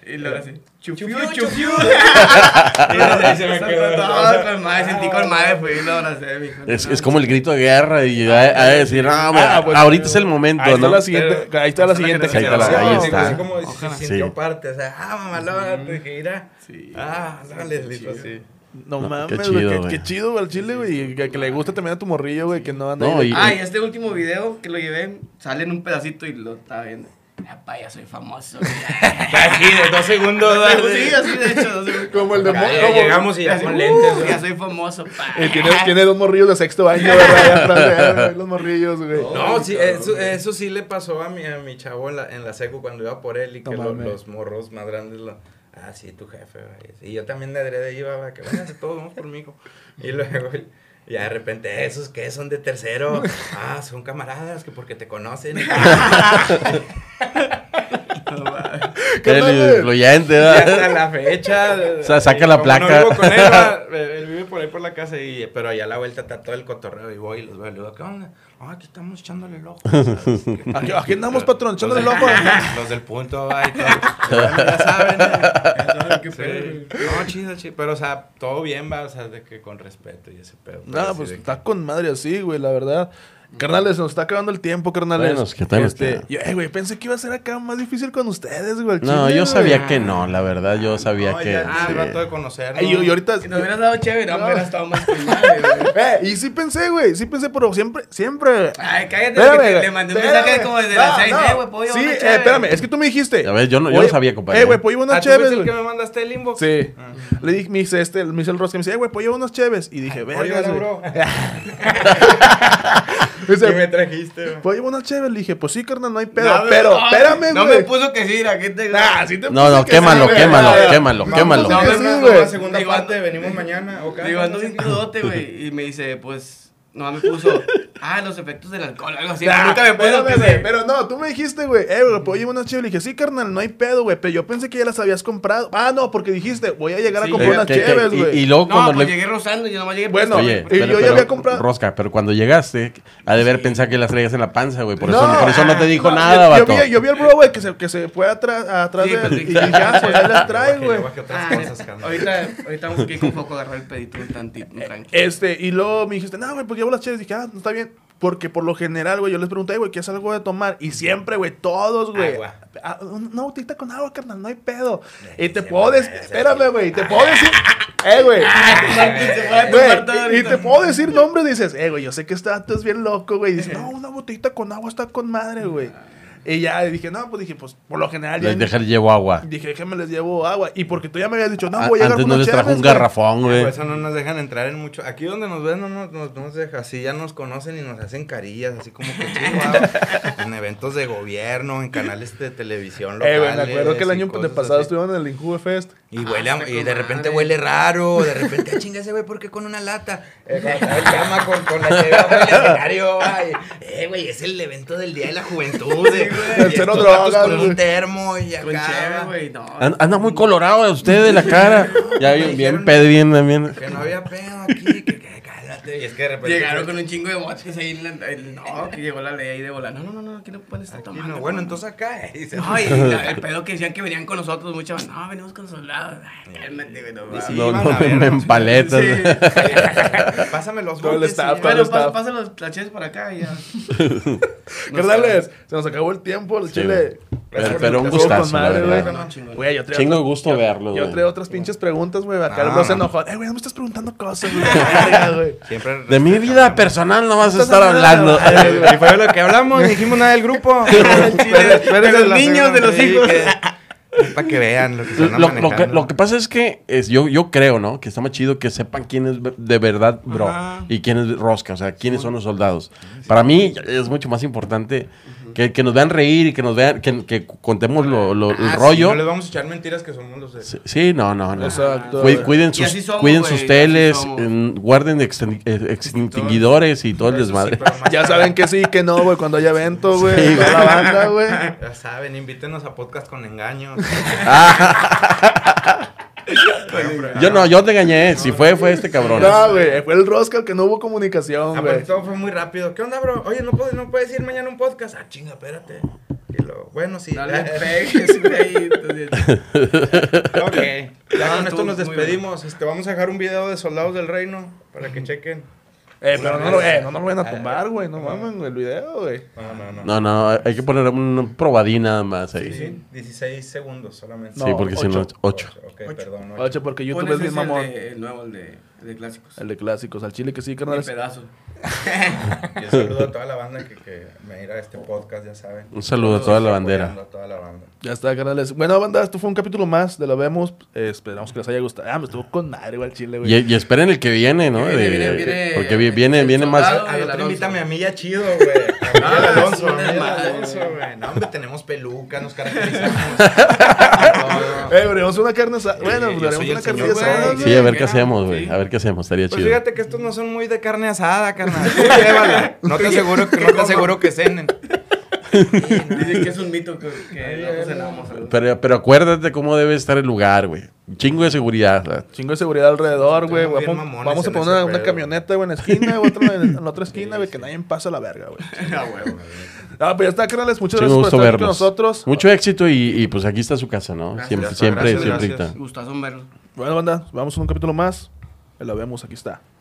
S4: Y luego así. Chufiu, chufiu. Y se me quedó. No,
S3: Ah,
S4: con madre, sentí con madre, fui y lo abracé, mijo.
S2: Es, es como el grito de guerra y a, a decir, no,
S1: Ah, pues,
S2: ahorita es el momento,
S1: Ahí está
S2: ¿no?
S1: la siguiente. Ahí está la
S3: Esa es
S1: siguiente.
S2: Ahí está la-
S1: generación.
S2: ahí
S3: generación,
S2: está.
S3: así como se
S4: Ojalá.
S3: sintió
S2: Sí.
S3: parte, o sea, ah, mamá, lo te dije, mira. Ah, dale, Lito, así.
S1: No,
S2: No,
S1: mames,
S2: qué
S1: güey, qué
S2: chido,
S1: chido,
S2: güey.
S1: Qué chido, güey, al chile, güey. y Que, que le gusta también a tu morrillo, güey, que no anda
S2: No,
S1: ahí
S2: y-
S1: de-
S4: Ah, y este último video que lo llevé, sale en un pedacito y lo estaba viendo. Papá, ya soy famoso.
S3: Así, de dos segundos. dale.
S4: sí, así de hecho. dos segundos.
S1: Como el de...
S3: Ya,
S1: como-
S3: Llegamos y ya
S4: Así,
S3: con
S4: "Uh,
S3: lentes. güey.
S4: Ya soy famoso, pa.
S1: Eh, tiene, tiene dos morrillos de sexto año, ¿verdad? Allá atrás, güey, los morrillos, güey.
S3: No, sí, eso, eso sí le pasó a mi, a mi chavo en la, en la secu cuando iba por él y
S1: No
S3: que lo-
S1: mames.
S3: los morros más grandes lo... Ah, sí, tu jefe, güey. Y yo también de adrede iba, va, que váyanse todos, vamos por mí. hijo". Y luego... Ya de repente, ¿esos que ¿Son de tercero? Ah, son camaradas, que porque te conocen.
S2: el
S1: mames.
S2: influyente,
S3: Y hasta
S2: ¿verdad?
S3: la fecha.
S2: O sea, saca la
S3: como
S2: placa.
S3: No vivo con él, va, él vive por ahí por la casa, y, pero allá a la vuelta está todo el cotorreo y voy y los veo. Le digo, ¿qué onda? Ah, aquí estamos echándole el ojo. ¿sabes?
S1: Aquí, aquí andamos, patrón, echándole el
S3: Los
S1: ojo.
S3: del- Los del punto, va, y todo. Bueno, ya saben. ¿eh? Sí. No, chido, chido. Pero, o sea, todo bien, va, o sea, de que con respeto y ese pedo. pero
S1: No,
S3: así
S1: pues
S3: de
S1: está con madre así, güey, la verdad. Carnales, nos está acabando el tiempo, carnales.
S2: Bueno, es que todavía nos
S1: Este,
S2: queda.
S1: yo, eh, güey, pensé que iba a ser acá más difícil con ustedes, güey. al
S2: No,
S1: chile,
S2: yo
S1: güey.
S2: sabía que no, la verdad, yo sabía
S3: No,
S2: que...
S3: ya, ah,
S2: sí.
S3: rato de conocernos.
S1: Ay, yo- yo ahorita.
S4: Si nos hubieras dado chévere, no,
S1: Pues, No.
S4: hubiera estado más con madre, güey.
S1: Eh, y sí pensé, güey, sí pensé, pero siempre, siempre.
S4: Ay, cállate,
S1: Espérame,
S4: que te-
S1: güey,
S4: le mandé un
S1: espérame.
S4: mensaje como desde
S1: No,
S4: las 6,
S1: no.
S4: eh, güey, puedo llevar
S1: Sí,
S4: una
S1: eh,
S4: chévere?
S1: espérame, es que tú me dijiste.
S2: A ver, yo no- yo no sabía, compadre.
S1: Eh, güey, pues llevo
S3: Ah,
S1: unas
S3: ¿tú fuiste
S1: chéves,
S3: el
S1: güey.
S3: que me mandaste el inbox?
S1: Sí. Le dije, me hice este, me hizo el rostro, me dice, eh, güey, pues llevo unas chéves. Y dije,
S3: Oye,
S1: vergas,
S3: era,
S1: güey.
S3: bro.
S1: Me
S3: ¿Qué me
S1: dice,
S3: trajiste, güey?
S1: pues llevo unas chéves. Le dije, pues sí, carnal, no hay pedo.
S4: No, güey,
S1: pero,
S4: no,
S1: espérame, güey.
S4: No me puso que sí, aquí te...
S1: Nah, sí te
S2: No, no,
S1: puse que sí,
S2: quémalo,
S1: güey.
S2: quémalo,
S1: Ah,
S2: quémalo,
S1: no,
S2: quémalo.
S1: no, no,
S3: No,
S1: sí,
S3: no,
S1: güey.
S3: la segunda
S4: Digo,
S3: parte,
S4: no-
S3: venimos mañana. ¿o qué?
S4: Le digo, ando bien crudote, güey. Y me dice, pues, no me puso, ah, los efectos del alcohol, algo así.
S1: Ah,
S4: Nunca me puso
S1: espérame,
S4: que
S1: güey,
S4: se...
S1: Pero no, tú me dijiste, güey, eh, güey, pues llevo unas chéves. Le dije, sí, carnal, no hay pedo, güey. Pero yo pensé que ya las habías comprado. Ah, no, porque dijiste, voy a llegar a
S4: Sí,
S1: comprar
S2: Eh,
S1: unas
S2: que- que-
S1: chéves,
S2: y-
S1: güey.
S2: y, luego
S4: No,
S2: cuando
S4: pues
S2: le...
S4: llegué rozando y yo nomás llegué...
S1: Bueno,
S4: puesto,
S2: Oye,
S1: y
S4: güey.
S1: yo ya había comprado-
S2: Rosca, pero cuando llegaste, ha de haber pensado que las traías en la panza, güey. Por,
S1: No.
S2: eso, por eso no te dijo
S1: No,
S2: nada,
S1: yo,
S2: vato.
S1: yo vi, yo vi al bro, güey, que se, que se fue atrás, atrás
S4: Sí,
S1: de
S4: pues,
S1: él.
S4: sí.
S1: Y ya, pues ahí las trae,
S3: Igual que-
S1: güey.
S3: igual que otras
S4: Ah,
S3: cosas, carnal.
S4: ahorita, ahorita vamos aquí con foco a agarrar el pedito un tantito, un tranqui.
S1: Este, y luego me dijiste, no, güey, pues llevo las chéves. Dije, ah, no está bien. Porque por lo general, güey, yo les pregunté, güey, ¿qué es algo de tomar? Y siempre, güey, todos, güey.
S3: Agua.
S1: ah, Una botita con agua, carnal, no hay pedo.
S3: Eh,
S1: Y te
S3: sí,
S1: puedo
S3: no,
S1: decir,
S3: sí.
S1: espérame, güey, te puedo decir, eh, güey.
S4: Se fue a
S1: Güey,
S4: tomar todo
S1: y, y
S4: ahorita.
S1: te puedo decir nombres, dices, eh, güey, yo sé que este dato es bien loco, güey. Y dices, no, una botita con agua está con madre, güey. Y ya dije, no, pues dije, pues por lo general. ya-
S2: Les dejé, llevo agua.
S1: Dije, déjame les llevo agua. Y porque tú ya me habías dicho, no,
S2: A-
S1: voy a llegar
S2: Antes
S1: con
S2: no
S1: unas
S2: les trajo
S1: chelas,
S2: un
S1: güey.
S2: garrafón, güey.
S3: Por eso no nos dejan entrar en mucho. Aquí donde nos ven no nos, nos, nos deja. Así ya nos conocen y nos hacen carillas, así como que chihuahua. en eventos de gobierno, en canales de televisión locales.
S1: Eh, güey, me acuerdo que el
S3: y
S1: año
S3: cosas
S1: pasado
S3: así.
S1: estuvieron en el Injuve Fest.
S3: Y, huele
S4: Ah,
S3: a, y
S4: está
S3: de
S4: con
S3: repente
S4: madre.
S3: huele raro. De repente, ah, chinga ese güey, ¿por qué con una lata? Eh, cuando estaba en cama con, con la cheva por el escenario, ay, Eh, güey, es el evento del Día de la Juventud. eh, güey.
S1: El
S3: Y
S1: cero
S3: estos vatos
S1: drogas,
S3: Con
S1: güey.
S3: un termo
S1: Eh,
S3: y acá.
S4: Con
S1: ah.
S4: chévere, güey, no.
S2: An- Anda muy colorado de usted de la cara. Ya bien, bien pedo, bien, bien.
S3: Que no había pedo aquí, que, que cálmate. Y es que de repente.
S4: Llegaron con un chingo de botes ahí en la... el- No, que llegó la ley ahí de volar. No, no, no, no, aquí no pueden estar
S3: Y
S4: tomando.
S3: no, bueno, entonces acá. eh, y se-
S4: No, y la- el pedo que decían que venían con nosotros, mucha banda, no, venimos con soldados. Ay, Cálmate, güey, no, mames.
S3: sí,
S2: No,
S3: iban
S2: no,
S3: a
S2: me,
S3: ver,
S2: me
S3: ¿no?
S2: empaletas.
S4: Sí.
S3: Pásame los
S1: Todo el
S3: botes,
S1: staff,
S3: señor.
S1: todo el
S4: Bueno,
S1: staff.
S4: pasa, pasa los tlaches para acá y ya.
S1: Carnales, se nos acabó el tiempo, el chile.
S2: Pero, pero un
S1: Estuvo
S2: gustazo,
S1: con
S2: la
S1: madre,
S2: verdad.
S4: No, chingón.
S1: Güey, yo traía
S2: Chingo de
S1: otras-
S2: gusto
S1: yo-
S2: verlo,
S1: Yo
S2: güey.
S1: traía otras pinches preguntas, güey. Acá el
S3: No,
S1: bro se
S3: no.
S1: enojó. Eh, güey, no me estás preguntando cosas, güey. Verga, güey.
S3: Siempre
S2: De mi vida personal no vas a estar hablando.
S3: Y fue de lo que hablamos, ni dijimos nada del grupo.
S4: de los niños, de los hijos.
S3: Para que vean lo que se
S2: Lo,
S3: andan
S2: lo- lo que,
S3: manejando.
S2: lo que pasa es que es, yo, yo creo, ¿no? Que está más chido que sepan quién es de verdad, bro,
S3: Ajá.
S2: y quién es rosca, o sea, quiénes son los soldados. Para mí es mucho más importante que, que nos vean reír y que nos vean, que, que contemos lo, lo- el
S3: Ah, sí,
S2: rollo.
S3: no les vamos a echar mentiras que somos los de.
S2: Sí, sí, no, no, no.
S1: Exacto.
S2: Cuí- cuiden
S4: Y
S2: sus,
S4: así somos,
S2: cuiden
S4: güey,
S2: sus
S4: así
S2: teles,
S4: somos.
S2: en- guarden exten- eh, extinguidores y todo el
S3: Eso sí,
S2: desmadre.
S3: pero más
S1: Ya
S3: tarde.
S1: saben que sí, que no, güey, cuando haya evento, güey.
S2: Sí,
S1: toda la banda, güey.
S3: Ya saben, invítenos a podcast con engaños.
S2: Ah. yo no, yo te engañé. Si fue, fue este cabrón.
S1: No, güey, fue el rosca el que no hubo comunicación, güey.
S3: Aparte, todo fue muy rápido. ¿Qué onda, bro? Oye, no puedes, no puedes ir mañana a un podcast. Ah, chinga, Ah, espérate. Y luego, Bueno, sí.
S4: No le pegues, güey. Entonces,
S3: Ok. Ya
S4: Ah,
S3: con esto
S4: estuvo
S3: nos
S4: muy bueno.
S3: despedimos. Este, vamos a dejar un video de Soldados del Reino para que chequen.
S1: Eh, pero no, lo- eh, no nos lo vayan a tumbar, güey. No mames, el video, güey.
S3: No, no, no.
S2: No, no, hay- hay que poner un probadín nada más ahí.
S3: Sí,
S2: Sí,
S3: sí, 16 segundos solamente.
S1: No,
S2: porque si no,
S1: ocho.
S2: 8.
S3: Ok, perdón. ocho.
S1: Ocho, porque YouTube
S4: pones
S1: es bien
S4: ese, el
S1: mamón.
S4: de- El nuevo, el de, el de clásicos.
S1: El de clásicos, al chile que sí,
S4: El
S1: carnal.
S4: pedazo.
S3: Yo saludo a toda la banda que, que me irá a este podcast, ya saben.
S2: Un saludo a toda la bandera.
S3: Apoyando A toda la banda.
S1: Ya está, canales. Bueno, banda, esto fue un capítulo más de la vemos. Eh, esperamos que les haya gustado. Ah, me estuvo con madre, güey, al chile, güey.
S2: Y, y esperen el que viene, ¿no?
S4: Viene,
S2: De-
S4: viene, viene.
S2: porque vi- viene,
S4: El
S2: viene más.
S4: soldado.
S3: Al
S4: el
S3: otro
S4: Alonso.
S3: invítame a mí ya chido, güey. A mí
S4: Ah,
S3: el Alonso,
S4: sí,
S3: a mí el
S4: madre,
S3: Alonso,
S4: güey.
S3: güey. No, hombre, tenemos peluca, nos caracterizamos.
S1: Eh, pero haremos una carne asada. Bueno,
S3: yo
S1: pues haremos
S3: soy el
S1: una carne
S3: señor,
S1: asada.
S3: güey.
S1: güey.
S2: Sí, a ver qué
S4: Era,
S2: hacemos, güey.
S4: sí.
S2: A ver qué hacemos, estaría
S3: Pues
S2: chido.
S3: fíjate que estos no son muy de carne asada, carnal. Tú llévala. No te aseguro que, no te aseguro que cenen.
S4: Dicen que es un mito que, que no pues, nos enamoramos.
S2: Pero, pero acuérdate cómo debe estar el lugar, güey. Chingo de seguridad. ¿verdad?
S1: Chingo de seguridad alrededor, güey.
S3: Estamos bien
S1: Vamos,
S3: mamones
S1: vamos a
S3: en
S1: poner
S3: ese
S1: una, una
S3: pedo.
S1: camioneta, güey, en la esquina, güey, otra en, en la otra esquina, güey, que nadie pasa la verga, güey. Ah, pues ya está, carnales. Muchas
S2: Sí, me
S1: gracias por
S2: gustó
S1: estar aquí con
S2: verlos.
S1: nosotros.
S2: Mucho éxito y, y, pues aquí está su casa, ¿no?
S4: Gracias,
S2: siempre,
S3: gracias,
S2: siempre,
S3: gracias,
S2: siempre
S3: gracias.
S2: está.
S4: Gustazo en verlo.
S1: Bueno, banda, vamos a un capítulo más. La vemos, aquí está.